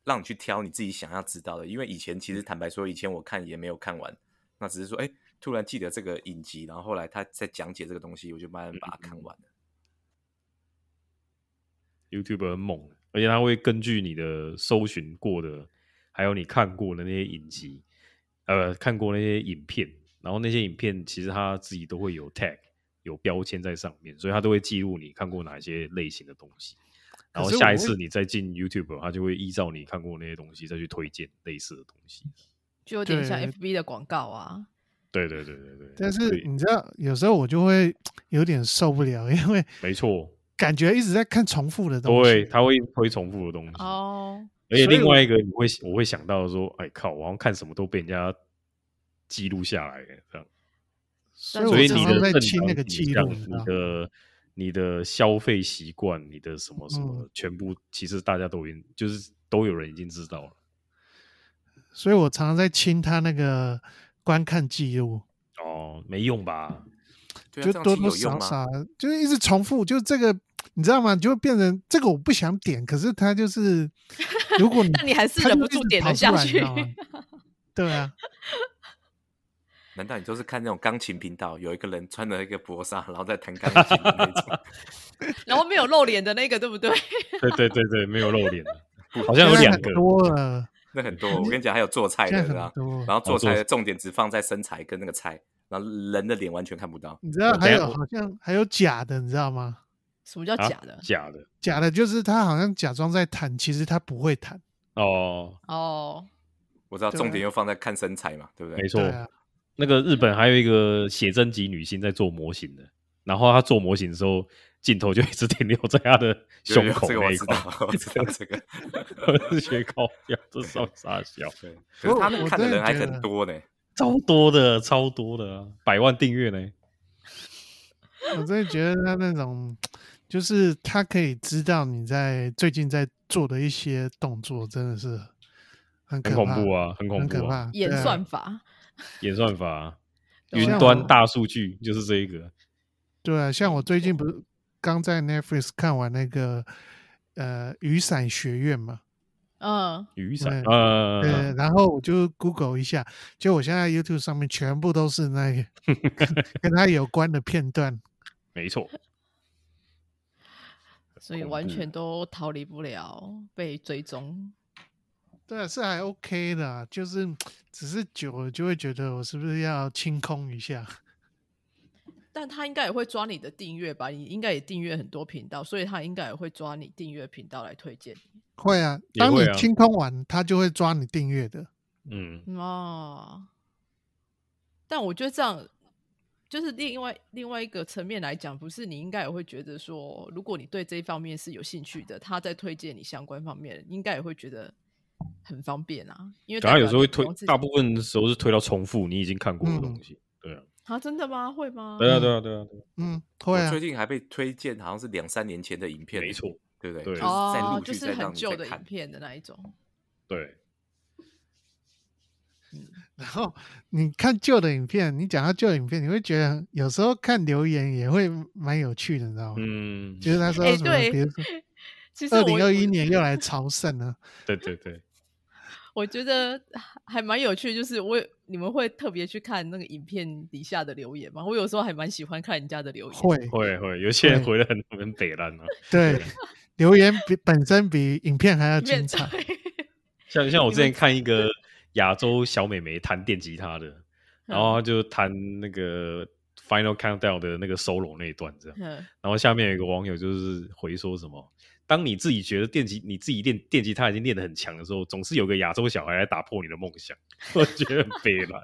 [SPEAKER 3] 让你去挑你自己想要知道的。因为以前其实坦白说，以前我看也没有看完，那只是说哎突然记得这个影集，然后后来他在讲解这个东西，我就慢慢把它
[SPEAKER 2] 嗯
[SPEAKER 3] 看完了。
[SPEAKER 2] YouTube 很猛，而且它会根据你的搜寻过的，还有你看过的那些影集，呃，看过那些影片，然后那些影片其实它自己都会有 tag 有标签在上面，所以它都会记录你看过哪些类型的东西。然后
[SPEAKER 4] 可是
[SPEAKER 2] 下一
[SPEAKER 4] 我会
[SPEAKER 2] 次你再进 YouTube，它就会依照你看过那些东西再去推荐类似的东西。
[SPEAKER 1] 就有点像
[SPEAKER 4] 对
[SPEAKER 1] FB 的广告啊，
[SPEAKER 2] 对对对对哦对，
[SPEAKER 4] 但
[SPEAKER 2] 所
[SPEAKER 4] 是
[SPEAKER 2] 以
[SPEAKER 4] 你知道，有时候我就会有点受不了， 因为
[SPEAKER 2] 没错，
[SPEAKER 4] 感觉一直在看重复的东西。
[SPEAKER 2] 对，它会推重复的东西。
[SPEAKER 1] 哦，
[SPEAKER 2] 而且
[SPEAKER 4] 所以
[SPEAKER 2] 另
[SPEAKER 4] 我
[SPEAKER 2] 外一个你会我会想到说，哎靠，我好像看什么都被人家记录下来了，这样，
[SPEAKER 4] 所以
[SPEAKER 1] 但
[SPEAKER 2] 所
[SPEAKER 4] 我
[SPEAKER 2] 以
[SPEAKER 4] 常
[SPEAKER 2] 你
[SPEAKER 4] 常
[SPEAKER 2] 的
[SPEAKER 4] 在
[SPEAKER 2] 正
[SPEAKER 4] 清那
[SPEAKER 2] 常
[SPEAKER 4] 个
[SPEAKER 2] 倾
[SPEAKER 4] 记
[SPEAKER 2] 向
[SPEAKER 4] 录，你知
[SPEAKER 2] 你
[SPEAKER 4] 道吗？
[SPEAKER 2] 的你的消费习惯，你的什么什么，
[SPEAKER 4] 嗯
[SPEAKER 2] 全部其实大家都已经就是都有人已经知道了。
[SPEAKER 4] 所以我常常在清他那个观看记录。
[SPEAKER 2] 哦，没用吧？
[SPEAKER 3] 对啊，这
[SPEAKER 4] 就
[SPEAKER 3] 样
[SPEAKER 4] 多
[SPEAKER 3] 其实
[SPEAKER 4] 多
[SPEAKER 3] 有用
[SPEAKER 4] 少
[SPEAKER 3] 吗？
[SPEAKER 4] 少就是一直重复，就这个你知道吗？就会变成这个我不想点，可是它就是， 如果你
[SPEAKER 1] 但你还是
[SPEAKER 4] 它
[SPEAKER 1] 忍不
[SPEAKER 4] 就一直
[SPEAKER 1] 住点
[SPEAKER 4] 跑
[SPEAKER 1] 了
[SPEAKER 4] 出
[SPEAKER 1] 下
[SPEAKER 4] 来你知
[SPEAKER 1] 去。
[SPEAKER 4] 道吗 对啊，
[SPEAKER 3] 难道你都是看那种钢琴频道，有一个人穿着一个薄纱，然后在弹钢琴的那种？
[SPEAKER 1] 然后没有露脸的那个，对不对？
[SPEAKER 2] 对对对对，没有露脸的，好像有
[SPEAKER 4] 现在
[SPEAKER 2] 两
[SPEAKER 4] 很
[SPEAKER 2] 个。
[SPEAKER 4] 多了，
[SPEAKER 3] 那很多，我跟你讲，还有做菜
[SPEAKER 4] 现在
[SPEAKER 3] 的，对
[SPEAKER 4] 很
[SPEAKER 3] 吧？
[SPEAKER 4] 多。
[SPEAKER 3] 然后做
[SPEAKER 2] 哦做
[SPEAKER 3] 菜
[SPEAKER 2] 菜
[SPEAKER 3] 的重点只放在身材跟那个菜，然后人的脸完全看不到。
[SPEAKER 4] 你知道
[SPEAKER 2] 我
[SPEAKER 4] 还
[SPEAKER 2] 等下
[SPEAKER 4] 有
[SPEAKER 2] 我
[SPEAKER 4] 好像还有假的，你知道吗？
[SPEAKER 1] 什么叫
[SPEAKER 2] 啊
[SPEAKER 1] 假的？
[SPEAKER 2] 假的
[SPEAKER 4] 假的就是他好像假装在弹，其实他不会弹。
[SPEAKER 2] 哦，
[SPEAKER 1] 哦，
[SPEAKER 3] 我知道
[SPEAKER 4] 对啊
[SPEAKER 3] 重点又放在看身材嘛，对不
[SPEAKER 2] 没
[SPEAKER 3] 对？
[SPEAKER 2] 错
[SPEAKER 4] 对。啊，
[SPEAKER 2] 那个日本还有一个写真集女星在做模型的，然后她做模型的时候，镜头就一直停留在她 的
[SPEAKER 3] 有
[SPEAKER 2] 胸
[SPEAKER 3] 有
[SPEAKER 2] 口
[SPEAKER 3] 这个
[SPEAKER 2] 那
[SPEAKER 3] 我
[SPEAKER 2] 一
[SPEAKER 3] 知道
[SPEAKER 2] 块，，
[SPEAKER 3] 我知道这个。
[SPEAKER 2] 我是 学高标，这上傻笑，
[SPEAKER 3] 对，可
[SPEAKER 4] 不过
[SPEAKER 3] 是他们
[SPEAKER 4] 我
[SPEAKER 3] 看的
[SPEAKER 4] 真的
[SPEAKER 3] 人还
[SPEAKER 4] 觉
[SPEAKER 3] 很
[SPEAKER 4] 得
[SPEAKER 3] 多呢。
[SPEAKER 2] 超多的，超多的啊、百万订阅呢。
[SPEAKER 4] 我真的觉得他那种就是他可以知道你在最近在做的一些动作，真的是很可
[SPEAKER 2] 很
[SPEAKER 4] 怕
[SPEAKER 2] 恐怖啊，很恐
[SPEAKER 4] 很可
[SPEAKER 2] 怖啊，
[SPEAKER 4] 怕。
[SPEAKER 1] 演
[SPEAKER 4] 对啊
[SPEAKER 1] 算法，
[SPEAKER 2] 演算法啊、
[SPEAKER 1] 对
[SPEAKER 2] 云
[SPEAKER 4] 像
[SPEAKER 2] 端
[SPEAKER 4] 我
[SPEAKER 2] 大数据就是这一个，
[SPEAKER 4] 对啊，像我最近不 是刚在 Netflix 看完那个呃雨伞学院嘛，
[SPEAKER 1] 嗯，
[SPEAKER 2] 雨伞，
[SPEAKER 4] 对
[SPEAKER 2] 呃
[SPEAKER 4] 呃，，然后我就 Google 一下，就我现在 YouTube 上面全部都是那个跟跟他有关的片段。
[SPEAKER 2] 没错，
[SPEAKER 1] 所以
[SPEAKER 2] 恐
[SPEAKER 1] 完
[SPEAKER 2] 怖
[SPEAKER 1] 全都逃离不了被追踪。
[SPEAKER 4] 对啊，是还 OK 的啊，就是只是久了就会觉得我是不是要清空一下？
[SPEAKER 1] 但他应该也会抓你的订阅吧？你应该也订阅很多频道，所以他应该也会抓你订阅频道来推荐你。
[SPEAKER 4] 会啊，
[SPEAKER 2] 也
[SPEAKER 4] 当你
[SPEAKER 2] 会啊
[SPEAKER 4] 清空完，他就会抓你订阅的。
[SPEAKER 2] 嗯，
[SPEAKER 1] 嗯哦，但我觉得这样就是另外另外一个层面来讲，不是你应该也会觉得说，如果你对这一方面是有兴趣的，他在推荐你相关方面，应该也会觉得很方便啊。因为
[SPEAKER 2] 然后有时候会推
[SPEAKER 1] 推，
[SPEAKER 2] 大部分时候是推到重复你已经看过的
[SPEAKER 4] 嗯
[SPEAKER 2] 东西，对啊，
[SPEAKER 1] 啊，真的吗？会吗？
[SPEAKER 2] 对啊，对啊，对啊，对啊
[SPEAKER 4] 嗯，会
[SPEAKER 3] 我
[SPEAKER 4] 啊
[SPEAKER 3] 最，近还被推荐，好像是两三年前的影片，
[SPEAKER 2] 没错，
[SPEAKER 3] 对不对？
[SPEAKER 2] 对
[SPEAKER 3] 就是在
[SPEAKER 1] 哦
[SPEAKER 3] 陆，
[SPEAKER 1] 就
[SPEAKER 3] 续
[SPEAKER 1] 是
[SPEAKER 3] 在
[SPEAKER 1] 很
[SPEAKER 3] 让你
[SPEAKER 1] 旧
[SPEAKER 3] 再
[SPEAKER 1] 的影
[SPEAKER 3] 看。
[SPEAKER 1] 片的那一种。
[SPEAKER 2] 对，
[SPEAKER 4] 然后你看旧的影片，你讲到旧的影片，你会觉得有时候看留言也会蛮有趣的，你知道吗？
[SPEAKER 2] 嗯，
[SPEAKER 4] 就是他说
[SPEAKER 1] 哎
[SPEAKER 4] 什么，
[SPEAKER 1] 对
[SPEAKER 4] 比如说
[SPEAKER 1] 其实
[SPEAKER 4] 二
[SPEAKER 1] 我
[SPEAKER 4] 零二一
[SPEAKER 1] 我
[SPEAKER 4] 年又来朝圣了，
[SPEAKER 2] 对对对，
[SPEAKER 1] 我觉得还还蛮有趣，就是我有你们会特别去看那个影片底下的留言吗？我有时候还蛮喜欢看人家的留言，
[SPEAKER 4] 会
[SPEAKER 2] 会会，有些人
[SPEAKER 4] 对
[SPEAKER 2] 回的很很北烂啊，
[SPEAKER 4] 对留言比本身比影片还要
[SPEAKER 1] 里面
[SPEAKER 4] 精彩。
[SPEAKER 1] 对
[SPEAKER 2] 像 像我
[SPEAKER 1] 你
[SPEAKER 2] 之前
[SPEAKER 1] 们
[SPEAKER 2] 看一个亚洲小美眉弹电吉他的， 然后
[SPEAKER 4] 嗯
[SPEAKER 2] 她就弹那个 Final Countdown 的那个 solo 那一段这样，
[SPEAKER 1] 嗯
[SPEAKER 2] 然后下面有一个网友就是回说什么：当你自己觉得电吉你自己练电吉他已经练得很强的时候，总是有个亚洲小孩来打破你的梦想， 我觉得很悲然。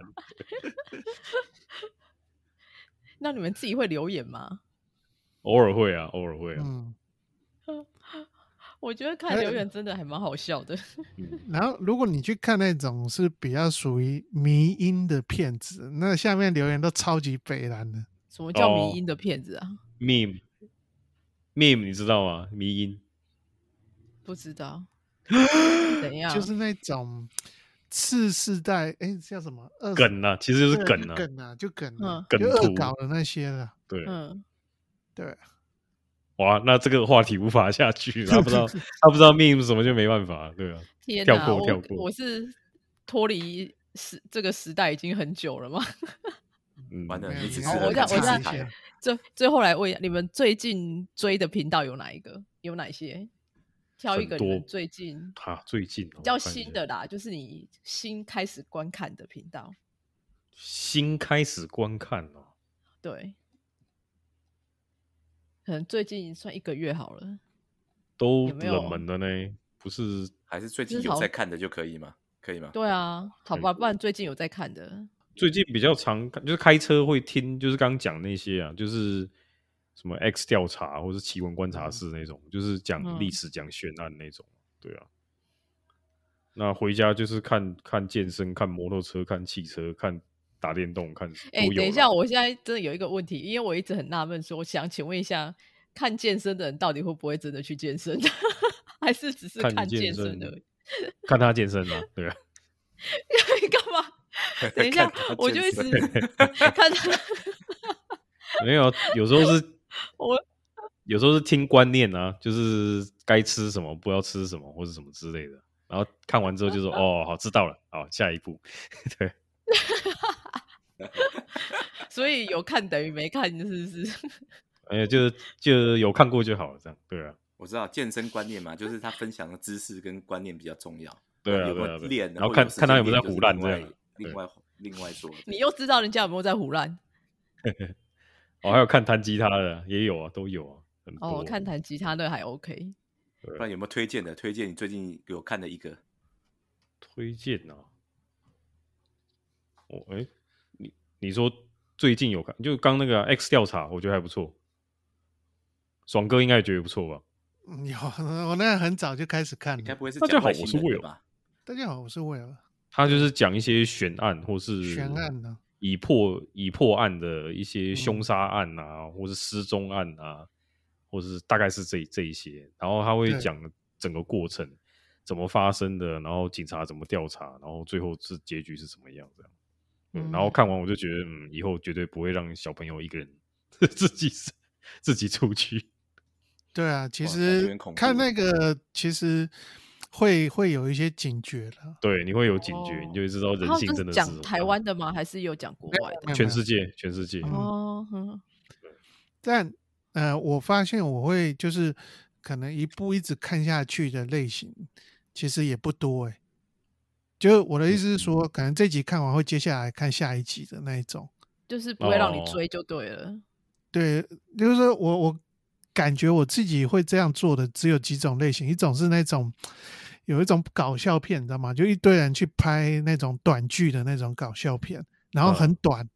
[SPEAKER 1] 那你们自己会留言吗？
[SPEAKER 2] 偶尔会啊，偶尔会啊，
[SPEAKER 4] 嗯，
[SPEAKER 1] 我觉得看
[SPEAKER 4] 哎
[SPEAKER 1] 留言真的还蛮好笑的，
[SPEAKER 2] 嗯，
[SPEAKER 4] 然后如果你去看那种是比较属于迷音的片子，那下面留言都超级北蓝的。
[SPEAKER 1] 什么叫
[SPEAKER 2] 哦
[SPEAKER 1] 迷音的骗子啊？
[SPEAKER 2] meme meme 你知道吗？迷音
[SPEAKER 1] 不知 道怎样，
[SPEAKER 4] 就是那种次世代，哎、叫什么？二
[SPEAKER 2] 梗啊，其实就是
[SPEAKER 4] 对
[SPEAKER 2] 梗
[SPEAKER 4] 就
[SPEAKER 2] 啊，
[SPEAKER 4] 梗啊，就梗啊，
[SPEAKER 2] 嗯
[SPEAKER 4] 就
[SPEAKER 2] 梗
[SPEAKER 4] 恶
[SPEAKER 2] 图
[SPEAKER 4] 搞的那些了。
[SPEAKER 2] 对，
[SPEAKER 1] 嗯，
[SPEAKER 4] 对，
[SPEAKER 2] 哇，那这个话题无法下去了，他不 知道他不知道 meme 什么就没办法，对啊，
[SPEAKER 1] 天
[SPEAKER 2] 跳
[SPEAKER 1] 哪，
[SPEAKER 2] 过跳
[SPEAKER 1] 我
[SPEAKER 2] 过
[SPEAKER 1] 我是脱离时这个时代已经很久了吗？
[SPEAKER 2] 嗯，
[SPEAKER 3] 完了
[SPEAKER 4] 没有
[SPEAKER 3] 你只
[SPEAKER 4] 你
[SPEAKER 3] 是
[SPEAKER 4] 好
[SPEAKER 1] 我
[SPEAKER 3] 很
[SPEAKER 1] 想
[SPEAKER 3] 看
[SPEAKER 1] 我
[SPEAKER 3] 时
[SPEAKER 1] 想
[SPEAKER 3] 台，
[SPEAKER 1] 最最后来问你们最近追的频道有哪一个？有哪些？挑一
[SPEAKER 2] 很
[SPEAKER 1] 个你们
[SPEAKER 2] 多
[SPEAKER 1] 最近
[SPEAKER 2] 啊，最近比
[SPEAKER 1] 比较新的啦，就是你新开始观看的频道。
[SPEAKER 2] 新开始观看哦，
[SPEAKER 1] 对，可能最近算一个月好了。
[SPEAKER 2] 都
[SPEAKER 1] 有没有
[SPEAKER 2] 冷门的呢，不是
[SPEAKER 3] 还是最近
[SPEAKER 1] 至少
[SPEAKER 3] 有在看的就可以吗？可以吗？
[SPEAKER 1] 对啊，好
[SPEAKER 2] 很
[SPEAKER 1] 吧，不然最近有在看的，
[SPEAKER 2] 最近比较常看，就是开车会听，就是刚讲那些啊，就是什么 X 调查或是奇闻观察室那种，就是讲历
[SPEAKER 1] 嗯
[SPEAKER 2] 史、讲悬案那种，对啊。那回家就是看看健身、看摩托车、看汽车、看打电动、看
[SPEAKER 1] 哎、
[SPEAKER 2] 都有啦。
[SPEAKER 1] 等一下，我现在真的有一个问题，因为我一直很纳闷，说想请问一下，看健身的人到底会不会真的去健身， 还是只是
[SPEAKER 2] 看
[SPEAKER 1] 看
[SPEAKER 2] 健
[SPEAKER 1] 健
[SPEAKER 2] 身
[SPEAKER 1] 身而已？
[SPEAKER 2] 看他健身啊，对啊，
[SPEAKER 1] 你 干嘛？ 等一下
[SPEAKER 3] 看他，
[SPEAKER 1] 我就
[SPEAKER 3] 健
[SPEAKER 1] 一直
[SPEAKER 3] 身
[SPEAKER 1] 看他，
[SPEAKER 2] 没有，有时候是
[SPEAKER 1] 我
[SPEAKER 2] 有时候是听观念啊，就是该吃什么，不要吃什么，或者什么之类的。然后看完之后就 说：“哦，好，知道了，好，下一步。”对，
[SPEAKER 1] 所以有看等于没看，是不是？
[SPEAKER 2] 哎，就就有看过就好了，这样对啊，
[SPEAKER 3] 我知道健身观念嘛，就是他分享的知识跟观念比较重要。
[SPEAKER 2] 对啊
[SPEAKER 3] 呃有没
[SPEAKER 2] 对啊
[SPEAKER 3] 有
[SPEAKER 2] 对啊
[SPEAKER 3] 练？
[SPEAKER 2] 然后
[SPEAKER 3] 或者
[SPEAKER 2] 看
[SPEAKER 3] 有时
[SPEAKER 2] 看他
[SPEAKER 3] 间
[SPEAKER 2] 有没有在
[SPEAKER 3] 练就是
[SPEAKER 2] 胡乱
[SPEAKER 3] 另
[SPEAKER 2] 这
[SPEAKER 3] 外
[SPEAKER 2] 样
[SPEAKER 3] 另外另外说的，
[SPEAKER 1] 你又知道人家有没有在胡乱
[SPEAKER 2] 哦，还有看弹吉他的也有啊，都有啊，很多
[SPEAKER 1] 哦，看弹吉他那还 OK。
[SPEAKER 3] 不然有没有推荐的？推荐你最近有看的一个，
[SPEAKER 2] 推荐啊。我、哎，你你说最近有看，就刚那个啊、X 调查，我觉得还不错。爽哥应该也觉得不错吧？
[SPEAKER 4] 嗯有， 我那很早就开始看
[SPEAKER 3] 你该
[SPEAKER 4] 了。
[SPEAKER 3] 不会是
[SPEAKER 2] 大家
[SPEAKER 3] 讲
[SPEAKER 2] 好
[SPEAKER 3] 外
[SPEAKER 2] 我
[SPEAKER 3] 星
[SPEAKER 2] 是
[SPEAKER 3] 人的
[SPEAKER 2] Will
[SPEAKER 3] 吧？
[SPEAKER 4] 大家好，我是威尔。
[SPEAKER 2] 他就是讲一些悬案或是
[SPEAKER 4] 悬案呢
[SPEAKER 2] 已破已破案的一些凶
[SPEAKER 4] 嗯
[SPEAKER 2] 杀案啊，或是失踪案啊，或是大概是这这一些，然后他会
[SPEAKER 4] 对
[SPEAKER 2] 讲整个过程怎么发生的，然后警察怎么调查，然后最后是结局是怎么样这样。嗯，然后看完我就觉得，嗯，以后绝对不会让小朋友一个人 自己自己出去。
[SPEAKER 4] 对啊，其
[SPEAKER 3] 哇感觉有
[SPEAKER 4] 实
[SPEAKER 3] 点恐
[SPEAKER 4] 看
[SPEAKER 3] 怖欸
[SPEAKER 4] 那个其实会会有一些警觉了，
[SPEAKER 2] 对，你会有警觉，
[SPEAKER 1] 哦
[SPEAKER 2] 你就会知道人
[SPEAKER 1] 然后
[SPEAKER 2] 性
[SPEAKER 1] 就
[SPEAKER 2] 真
[SPEAKER 1] 是
[SPEAKER 2] 的是
[SPEAKER 1] 讲台湾的吗？还是有讲国外的？
[SPEAKER 4] 没有
[SPEAKER 2] 全
[SPEAKER 4] 没有
[SPEAKER 2] 世界，全世界。
[SPEAKER 4] 嗯
[SPEAKER 1] 哦，哼
[SPEAKER 4] 但呃，我发现我会就是可能一部一直看下去的类型，其实也不多哎、就我
[SPEAKER 3] 嗯
[SPEAKER 4] 的意思是说，可能这集看完会接下来看下一集的那一种。
[SPEAKER 1] 就是不会让你
[SPEAKER 2] 哦
[SPEAKER 1] 追就对了。
[SPEAKER 4] 对，就是说我我感觉我自己会这样做的只有几种类型，一种是那种有一种搞笑片，你知道吗？就一堆人去拍那种短剧的那种搞笑片，然后很
[SPEAKER 2] 嗯
[SPEAKER 4] 短，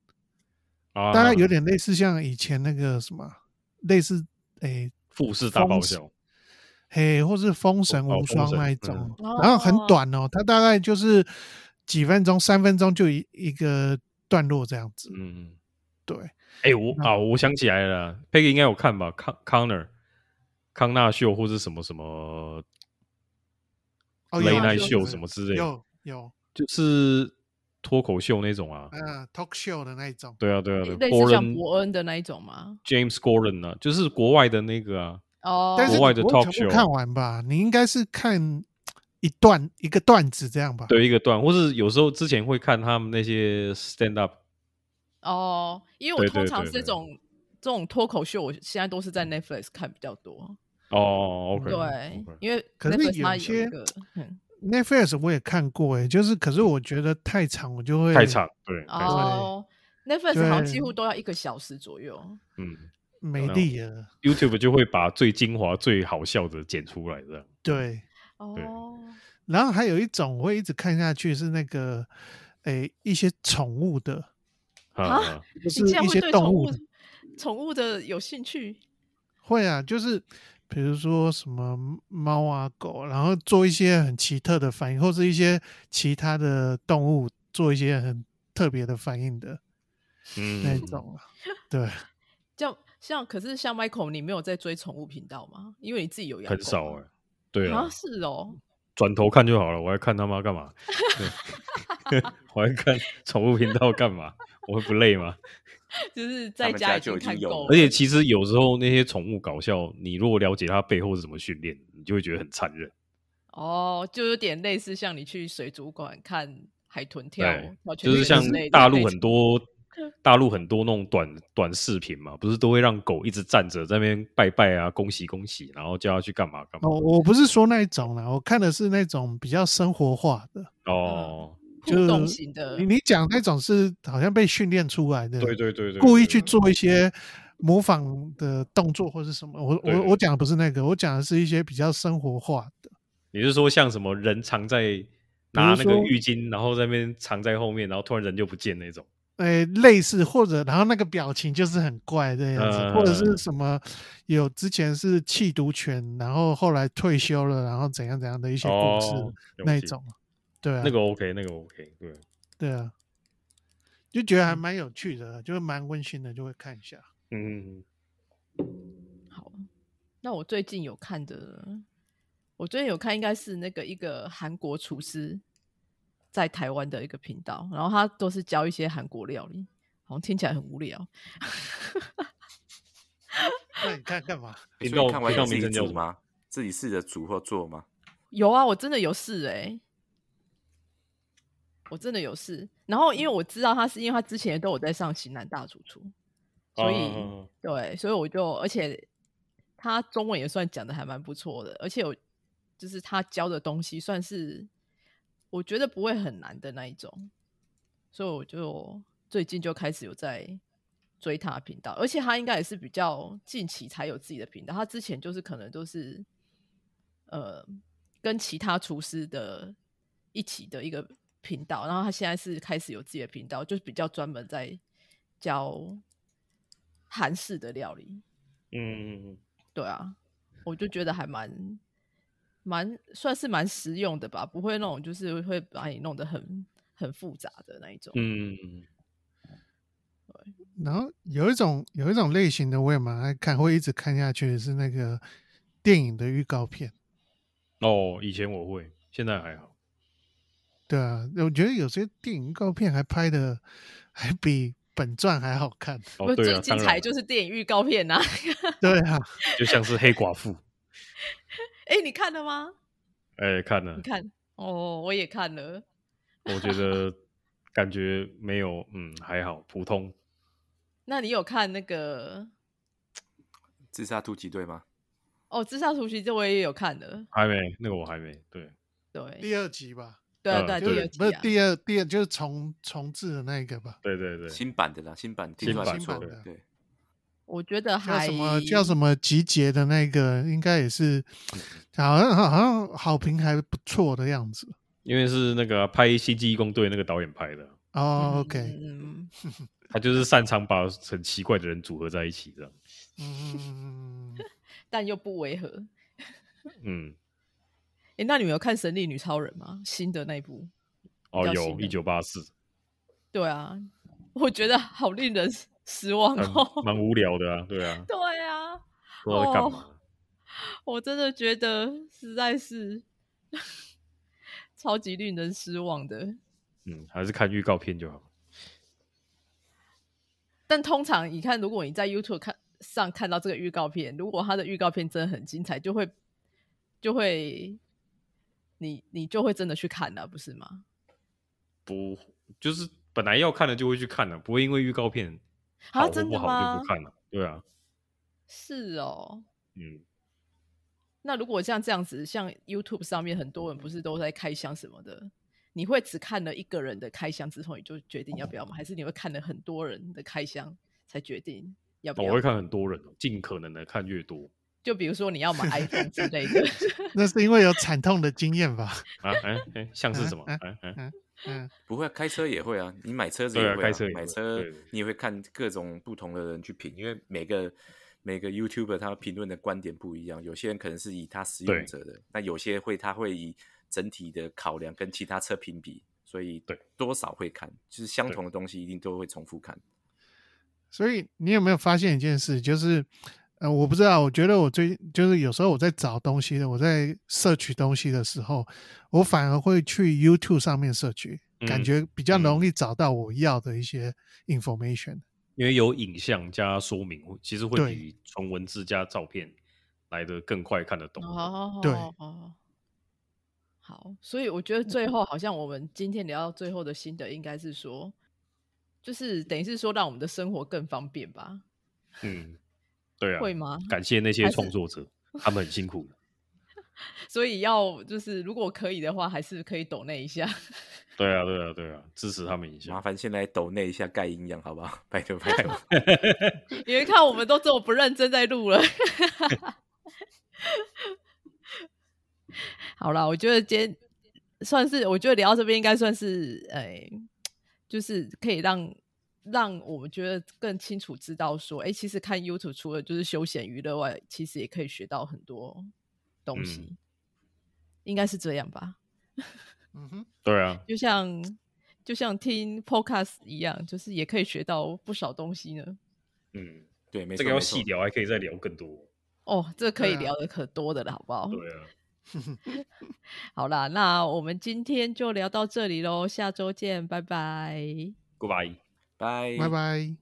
[SPEAKER 2] 啊，
[SPEAKER 4] 大概有点类似像以前那个什么，类似诶
[SPEAKER 2] 复式大爆
[SPEAKER 4] 疯
[SPEAKER 2] 笑，
[SPEAKER 4] 嘿，或是《封神
[SPEAKER 2] 哦
[SPEAKER 4] 无
[SPEAKER 2] 封
[SPEAKER 4] 双》
[SPEAKER 2] 神
[SPEAKER 4] 那一
[SPEAKER 2] 嗯
[SPEAKER 4] 种，
[SPEAKER 1] 哦
[SPEAKER 4] 然后很短哦，它大概就是几分钟、三分钟就一一个段落这样子，
[SPEAKER 2] 嗯，
[SPEAKER 4] 对。
[SPEAKER 2] 哎、我
[SPEAKER 1] 嗯
[SPEAKER 2] 啊，我想起来了啦，Peggy 应该有看吧？康康纳康纳秀或是什么什么
[SPEAKER 4] 哦，
[SPEAKER 1] 雷
[SPEAKER 4] 有
[SPEAKER 1] 奈
[SPEAKER 4] 有
[SPEAKER 2] 秀
[SPEAKER 4] 有
[SPEAKER 2] 什么之类的
[SPEAKER 4] 有有
[SPEAKER 2] 就是脱口秀那种啊。
[SPEAKER 4] 啊，talk show 的那一种。
[SPEAKER 2] 对啊，对啊，对
[SPEAKER 1] 嗯类似像
[SPEAKER 2] Gordon-
[SPEAKER 1] 伯恩的那一种吗？
[SPEAKER 2] James Gordon 啊，就是国外的那个啊，
[SPEAKER 1] 哦，
[SPEAKER 4] 但是
[SPEAKER 2] 国外
[SPEAKER 4] 你
[SPEAKER 2] 的
[SPEAKER 4] 不会
[SPEAKER 2] talk
[SPEAKER 4] 全部
[SPEAKER 2] show
[SPEAKER 4] 看完吧？你应该是看一段一个段子这样
[SPEAKER 1] 啊
[SPEAKER 4] 吧？
[SPEAKER 2] 对一个段，或是有时候之前会看他们那些 stand up，
[SPEAKER 1] 哦，因为我
[SPEAKER 2] 对
[SPEAKER 1] 通
[SPEAKER 2] 对
[SPEAKER 1] 常
[SPEAKER 2] 对
[SPEAKER 1] 这
[SPEAKER 2] 对
[SPEAKER 1] 种这种脱口秀，我现在都是在 Netflix 看比较多。
[SPEAKER 2] 哦，OK，
[SPEAKER 1] 对
[SPEAKER 2] OK，
[SPEAKER 1] 因为
[SPEAKER 4] 可是
[SPEAKER 1] Netflix 它
[SPEAKER 4] 有些
[SPEAKER 1] 一个，嗯
[SPEAKER 4] Netflix 我也看过诶、就是可是我觉得太长，我就会
[SPEAKER 2] 太长，对，太长，
[SPEAKER 1] 哦，Netflix 好像
[SPEAKER 4] 对
[SPEAKER 1] 几乎都要一个小时左右。
[SPEAKER 2] 嗯
[SPEAKER 4] 没
[SPEAKER 2] 嗯
[SPEAKER 4] 力了。
[SPEAKER 2] ，YouTube 就会把最精华、最好笑的剪出来，这样，
[SPEAKER 4] 对，
[SPEAKER 1] 哦，
[SPEAKER 4] 然后还有一种我会一直看下去是那个诶、一些宠物的，
[SPEAKER 2] 啊
[SPEAKER 1] 啊
[SPEAKER 2] 啊，
[SPEAKER 4] 就
[SPEAKER 1] 你
[SPEAKER 4] 是
[SPEAKER 1] 竟然
[SPEAKER 4] 一
[SPEAKER 1] 会
[SPEAKER 4] 些
[SPEAKER 1] 对
[SPEAKER 4] 动
[SPEAKER 1] 宠
[SPEAKER 4] 物
[SPEAKER 1] 物
[SPEAKER 4] 的。
[SPEAKER 1] 宠物的有兴趣？
[SPEAKER 4] 会啊，就是比如说什么猫啊、狗，然后做一些很奇特的反应，或是一些其他的动物做一些很特别的反应的
[SPEAKER 2] 嗯，
[SPEAKER 4] 那种 啊。对，
[SPEAKER 1] 这样像可是像 Michael，你没有在追宠物频道吗？因为你自己有养
[SPEAKER 2] 很
[SPEAKER 1] 狗
[SPEAKER 2] 少
[SPEAKER 1] 吗
[SPEAKER 2] 哎、对啊
[SPEAKER 1] 啊，，是哦，
[SPEAKER 2] 转头看就好了，我还看他妈干 嘛？对 我还看宠物频道干 嘛？我会不累吗？
[SPEAKER 1] 就是
[SPEAKER 3] 他
[SPEAKER 1] 在
[SPEAKER 3] 们
[SPEAKER 1] 家
[SPEAKER 3] 家
[SPEAKER 1] 已经
[SPEAKER 3] 就已经
[SPEAKER 1] 看
[SPEAKER 3] 有
[SPEAKER 1] 够
[SPEAKER 2] 而
[SPEAKER 1] 了，
[SPEAKER 2] 且其实有时候那些宠物搞笑，你如果了解它背后是怎么训练，你就会觉得很残忍。
[SPEAKER 1] 哦，就有点类似像你去水族馆看海豚跳
[SPEAKER 2] 对，
[SPEAKER 1] 跳圈
[SPEAKER 2] 就是
[SPEAKER 1] 圈
[SPEAKER 2] 像
[SPEAKER 1] 之类的
[SPEAKER 2] 大
[SPEAKER 1] 类
[SPEAKER 2] 陆
[SPEAKER 1] 似
[SPEAKER 2] 很多大陆很多那种短短视频嘛，不是都会让狗一直站着在那边拜拜啊，恭喜恭喜，然后叫它去干嘛干嘛。
[SPEAKER 4] 哦，我不是说那一种啦，我看的是那种比较生活化的，
[SPEAKER 2] 哦，
[SPEAKER 1] 互动
[SPEAKER 4] 就
[SPEAKER 1] 型的
[SPEAKER 4] 你，你讲那种是好像被训练出来的，
[SPEAKER 2] 对对对对，
[SPEAKER 4] 嗯故意
[SPEAKER 2] 对
[SPEAKER 4] 去做一些模仿的动作或是什么。我
[SPEAKER 2] 对
[SPEAKER 4] 我
[SPEAKER 2] 对
[SPEAKER 4] 我讲的不是那个，我讲的是一些比较生活化的。
[SPEAKER 2] 你是说像什么人藏在拿那
[SPEAKER 4] 比如
[SPEAKER 2] 个
[SPEAKER 4] 说
[SPEAKER 2] 浴巾，然后在那边藏在后面，然后突然人就不见那种？
[SPEAKER 4] 诶，类似或者然后那个表情就是很怪的样子，或者是
[SPEAKER 2] 呃
[SPEAKER 4] 什么有之前是弃毒犬，然后后来退休了，然后怎样怎样的一些故事、
[SPEAKER 2] 哦了
[SPEAKER 4] 那一
[SPEAKER 2] 解
[SPEAKER 4] 种，对啊，
[SPEAKER 2] 那个 OK，那个 OK，对。
[SPEAKER 4] 对啊，就觉得还蛮有趣的，就是蛮温馨的，就会看一下。
[SPEAKER 2] 嗯，
[SPEAKER 1] 好，那我最近有看的，我最近有看应该是那个一个韩国厨师在台湾的一个频道，然后他都是教一些韩国料理，好像听起来很无聊。
[SPEAKER 4] 那你看干嘛？
[SPEAKER 2] 频
[SPEAKER 3] 所以
[SPEAKER 2] 道
[SPEAKER 3] 看完
[SPEAKER 2] 频
[SPEAKER 3] 有
[SPEAKER 2] 道
[SPEAKER 3] 自
[SPEAKER 2] 名
[SPEAKER 3] 己
[SPEAKER 2] 称叫
[SPEAKER 3] 煮
[SPEAKER 2] 什么？
[SPEAKER 3] 吗？自己试着煮或做吗？
[SPEAKER 1] 有啊，我真的有事哎、我真的有事。然后
[SPEAKER 2] 嗯
[SPEAKER 1] 因为我知道他是因为他之前都有在上《型男大主厨》，所以、
[SPEAKER 2] 啊
[SPEAKER 1] 对，所以我就而且他中文也算讲的还蛮不错的，而且我就是他教的东西算是我觉得不会很难的那一种，所以我就最近就开始有在。追他的频道，而且他应该也是比较近期才有自己的频道。他之前就是可能都是呃跟其他厨师的一起的一个频道，然后他现在是开始有自己的频道，就是比较专门在教韩式的料理。
[SPEAKER 2] 嗯，
[SPEAKER 1] 对啊，我就觉得还蛮蛮算是蛮实用的吧，不会那种就是会嗯把你弄得很很复杂的那一种。
[SPEAKER 2] 嗯，
[SPEAKER 4] 然后有一种有一种类型的我也蛮爱看，会一直看下去的是那个电影的预告片。
[SPEAKER 2] 哦，以前我会，现在还好。
[SPEAKER 4] 对啊，我觉得有些电影预告片还拍的还比本传还好看。
[SPEAKER 1] 不
[SPEAKER 2] 哦，对
[SPEAKER 1] 最
[SPEAKER 2] 啊，
[SPEAKER 1] 精
[SPEAKER 2] 当
[SPEAKER 1] 彩
[SPEAKER 2] 然，
[SPEAKER 1] 就是电影预告片呐、啊。
[SPEAKER 4] 对啊，
[SPEAKER 2] 就像是黑 寡妇，
[SPEAKER 1] 哎、你看了吗？
[SPEAKER 2] 哎，看了
[SPEAKER 1] 你，看哦，我也看了。
[SPEAKER 2] 我觉得感觉没有，嗯，还好，普通。
[SPEAKER 1] 那你有看那个
[SPEAKER 3] 自杀突击队吗？
[SPEAKER 1] 哦《自杀突袭》？这我也有看的，
[SPEAKER 2] 还没，那个我还没。对，
[SPEAKER 1] 对
[SPEAKER 4] 第二集吧，
[SPEAKER 1] 对啊
[SPEAKER 2] 呃
[SPEAKER 1] 对啊，
[SPEAKER 2] 哎
[SPEAKER 1] 第
[SPEAKER 4] 就
[SPEAKER 1] 二
[SPEAKER 4] 是不是
[SPEAKER 1] 集啊，
[SPEAKER 4] 第二第二就是重重置的那一个吧？
[SPEAKER 2] 对对对，
[SPEAKER 3] 新版的啦，新版听说还不
[SPEAKER 2] 新
[SPEAKER 3] 错
[SPEAKER 2] 版新版
[SPEAKER 4] 的
[SPEAKER 3] 对，
[SPEAKER 1] 我觉得
[SPEAKER 4] 叫
[SPEAKER 1] 还
[SPEAKER 4] 什么叫什么集结的那个，应该也是好像好像好评还不错的样子。
[SPEAKER 2] 因为是那个啊、拍《星际义工队》那个导演拍的，
[SPEAKER 4] 哦，OK，
[SPEAKER 1] 嗯嗯嗯
[SPEAKER 2] 他就是擅长把很奇怪的人组合在一起，这样。
[SPEAKER 4] 嗯，
[SPEAKER 1] 但又不违和。
[SPEAKER 2] 嗯，
[SPEAKER 1] 哎，那你们有看《神力女超人》吗？新的那一部？
[SPEAKER 2] 哦，
[SPEAKER 1] 比较
[SPEAKER 2] 有
[SPEAKER 1] 新的
[SPEAKER 2] 一九 八四，
[SPEAKER 1] 对啊，我觉得好令人失望
[SPEAKER 2] 蛮
[SPEAKER 1] 哦。
[SPEAKER 2] 蛮无聊的啊，对啊，
[SPEAKER 1] 对啊，
[SPEAKER 2] 不知道在干嘛。
[SPEAKER 1] 我真的觉得实在是 超级令人失望的。
[SPEAKER 2] 嗯，还是看预告片就好。
[SPEAKER 1] 但通常你看，如果你在 YouTube 看上看到这个预告片，如果它的预告片真的很精彩，就会就会你你就会真的去看了、不是吗？
[SPEAKER 2] 不，就是本来要看的就会去看的、不会因为预告片好
[SPEAKER 1] 啊
[SPEAKER 2] 或
[SPEAKER 1] 真
[SPEAKER 2] 不
[SPEAKER 1] 的
[SPEAKER 2] 好就
[SPEAKER 1] 吗
[SPEAKER 2] 不看了、对啊，
[SPEAKER 1] 是哦。
[SPEAKER 2] 嗯，
[SPEAKER 1] 那如果像这样子，像 YouTube 上面很多人不是都在开箱什么的，你会只看了一个人的开箱之后，你就决定要不要吗？还是你会看了很多人的开箱才决定要不
[SPEAKER 2] 我
[SPEAKER 1] 要？
[SPEAKER 2] 会看很多人哦，尽可能的看越多
[SPEAKER 1] 就比如说你要买 iPhone 之类 的，
[SPEAKER 4] 那是因为有惨痛的经验吧？
[SPEAKER 2] 啊，哎、哎，像是什
[SPEAKER 1] 啊
[SPEAKER 2] 么？哎、哎、
[SPEAKER 4] 嗯，
[SPEAKER 3] 不会啊开车也会啊，你买车子
[SPEAKER 2] 对啊
[SPEAKER 3] 也会、
[SPEAKER 2] 开车也会
[SPEAKER 3] 买车
[SPEAKER 2] 对对
[SPEAKER 3] 你也会看各种不同的人去评，因为每个每个 YouTuber 他评论的观点不一样，有些人可能是以他使
[SPEAKER 2] 对
[SPEAKER 3] 用者的，那有些会他会以整体的考量跟其他车评比，所以
[SPEAKER 2] 对
[SPEAKER 3] 多少会看，就是相
[SPEAKER 2] 对
[SPEAKER 3] 同的东西一定都会重复看。
[SPEAKER 4] 所以你有没有发现一件事，就是呃，我不知道，我觉得我最就是有时候我在找东西的，我在摄取东西的时候，我反而会去 YouTube 上面摄取，感
[SPEAKER 2] 嗯
[SPEAKER 4] 觉比较
[SPEAKER 2] 嗯
[SPEAKER 4] 容易找到我要的一些 information。
[SPEAKER 2] 因为有影像加说明，其实会
[SPEAKER 4] 对
[SPEAKER 2] 比纯文字加照片来的更快看得懂。 啊
[SPEAKER 1] 哦，
[SPEAKER 4] 对
[SPEAKER 1] 好，好，所以我觉得最后好像我们今天聊到最后的心得，应该是说，就是等于是说让我们的生活更方便吧？
[SPEAKER 2] 嗯，对啊，
[SPEAKER 1] 会吗？
[SPEAKER 2] 感谢那些
[SPEAKER 1] 还是
[SPEAKER 2] 创作者，他们很辛苦的。
[SPEAKER 1] 所以要就是如果可以的话，还是可以抖那一下。
[SPEAKER 2] 对啊，对啊，对啊，支持他们一
[SPEAKER 3] 麻
[SPEAKER 2] 下。
[SPEAKER 3] 烦先来抖那一下盖营养好不好？拜托拜 托。
[SPEAKER 1] 你们看，我们都这么不认真在录了。 好啦，我觉得今天算是，我觉得聊到这边应该算是，哎、就是可以让让我们觉得更清楚知道说，哎、其实看 YouTube 除了就是休闲娱乐外，其实也可以学到很多东西，应该是这样吧？
[SPEAKER 4] 嗯哼，
[SPEAKER 2] 对啊，
[SPEAKER 1] 就像就像听 Podcast 一样，就是也可以学到不少东西呢。
[SPEAKER 2] 嗯，
[SPEAKER 3] 对，没错，
[SPEAKER 2] 这个要
[SPEAKER 3] 没错
[SPEAKER 2] 细聊，还可以再聊更多。
[SPEAKER 1] 哦，这可以
[SPEAKER 4] 对啊
[SPEAKER 1] 聊的可多的了，好不好？
[SPEAKER 2] 对啊，
[SPEAKER 1] 好啦，那我们今天就聊到这里喽，下周见，拜拜。
[SPEAKER 2] g o o d b y e
[SPEAKER 3] 拜
[SPEAKER 4] 拜拜。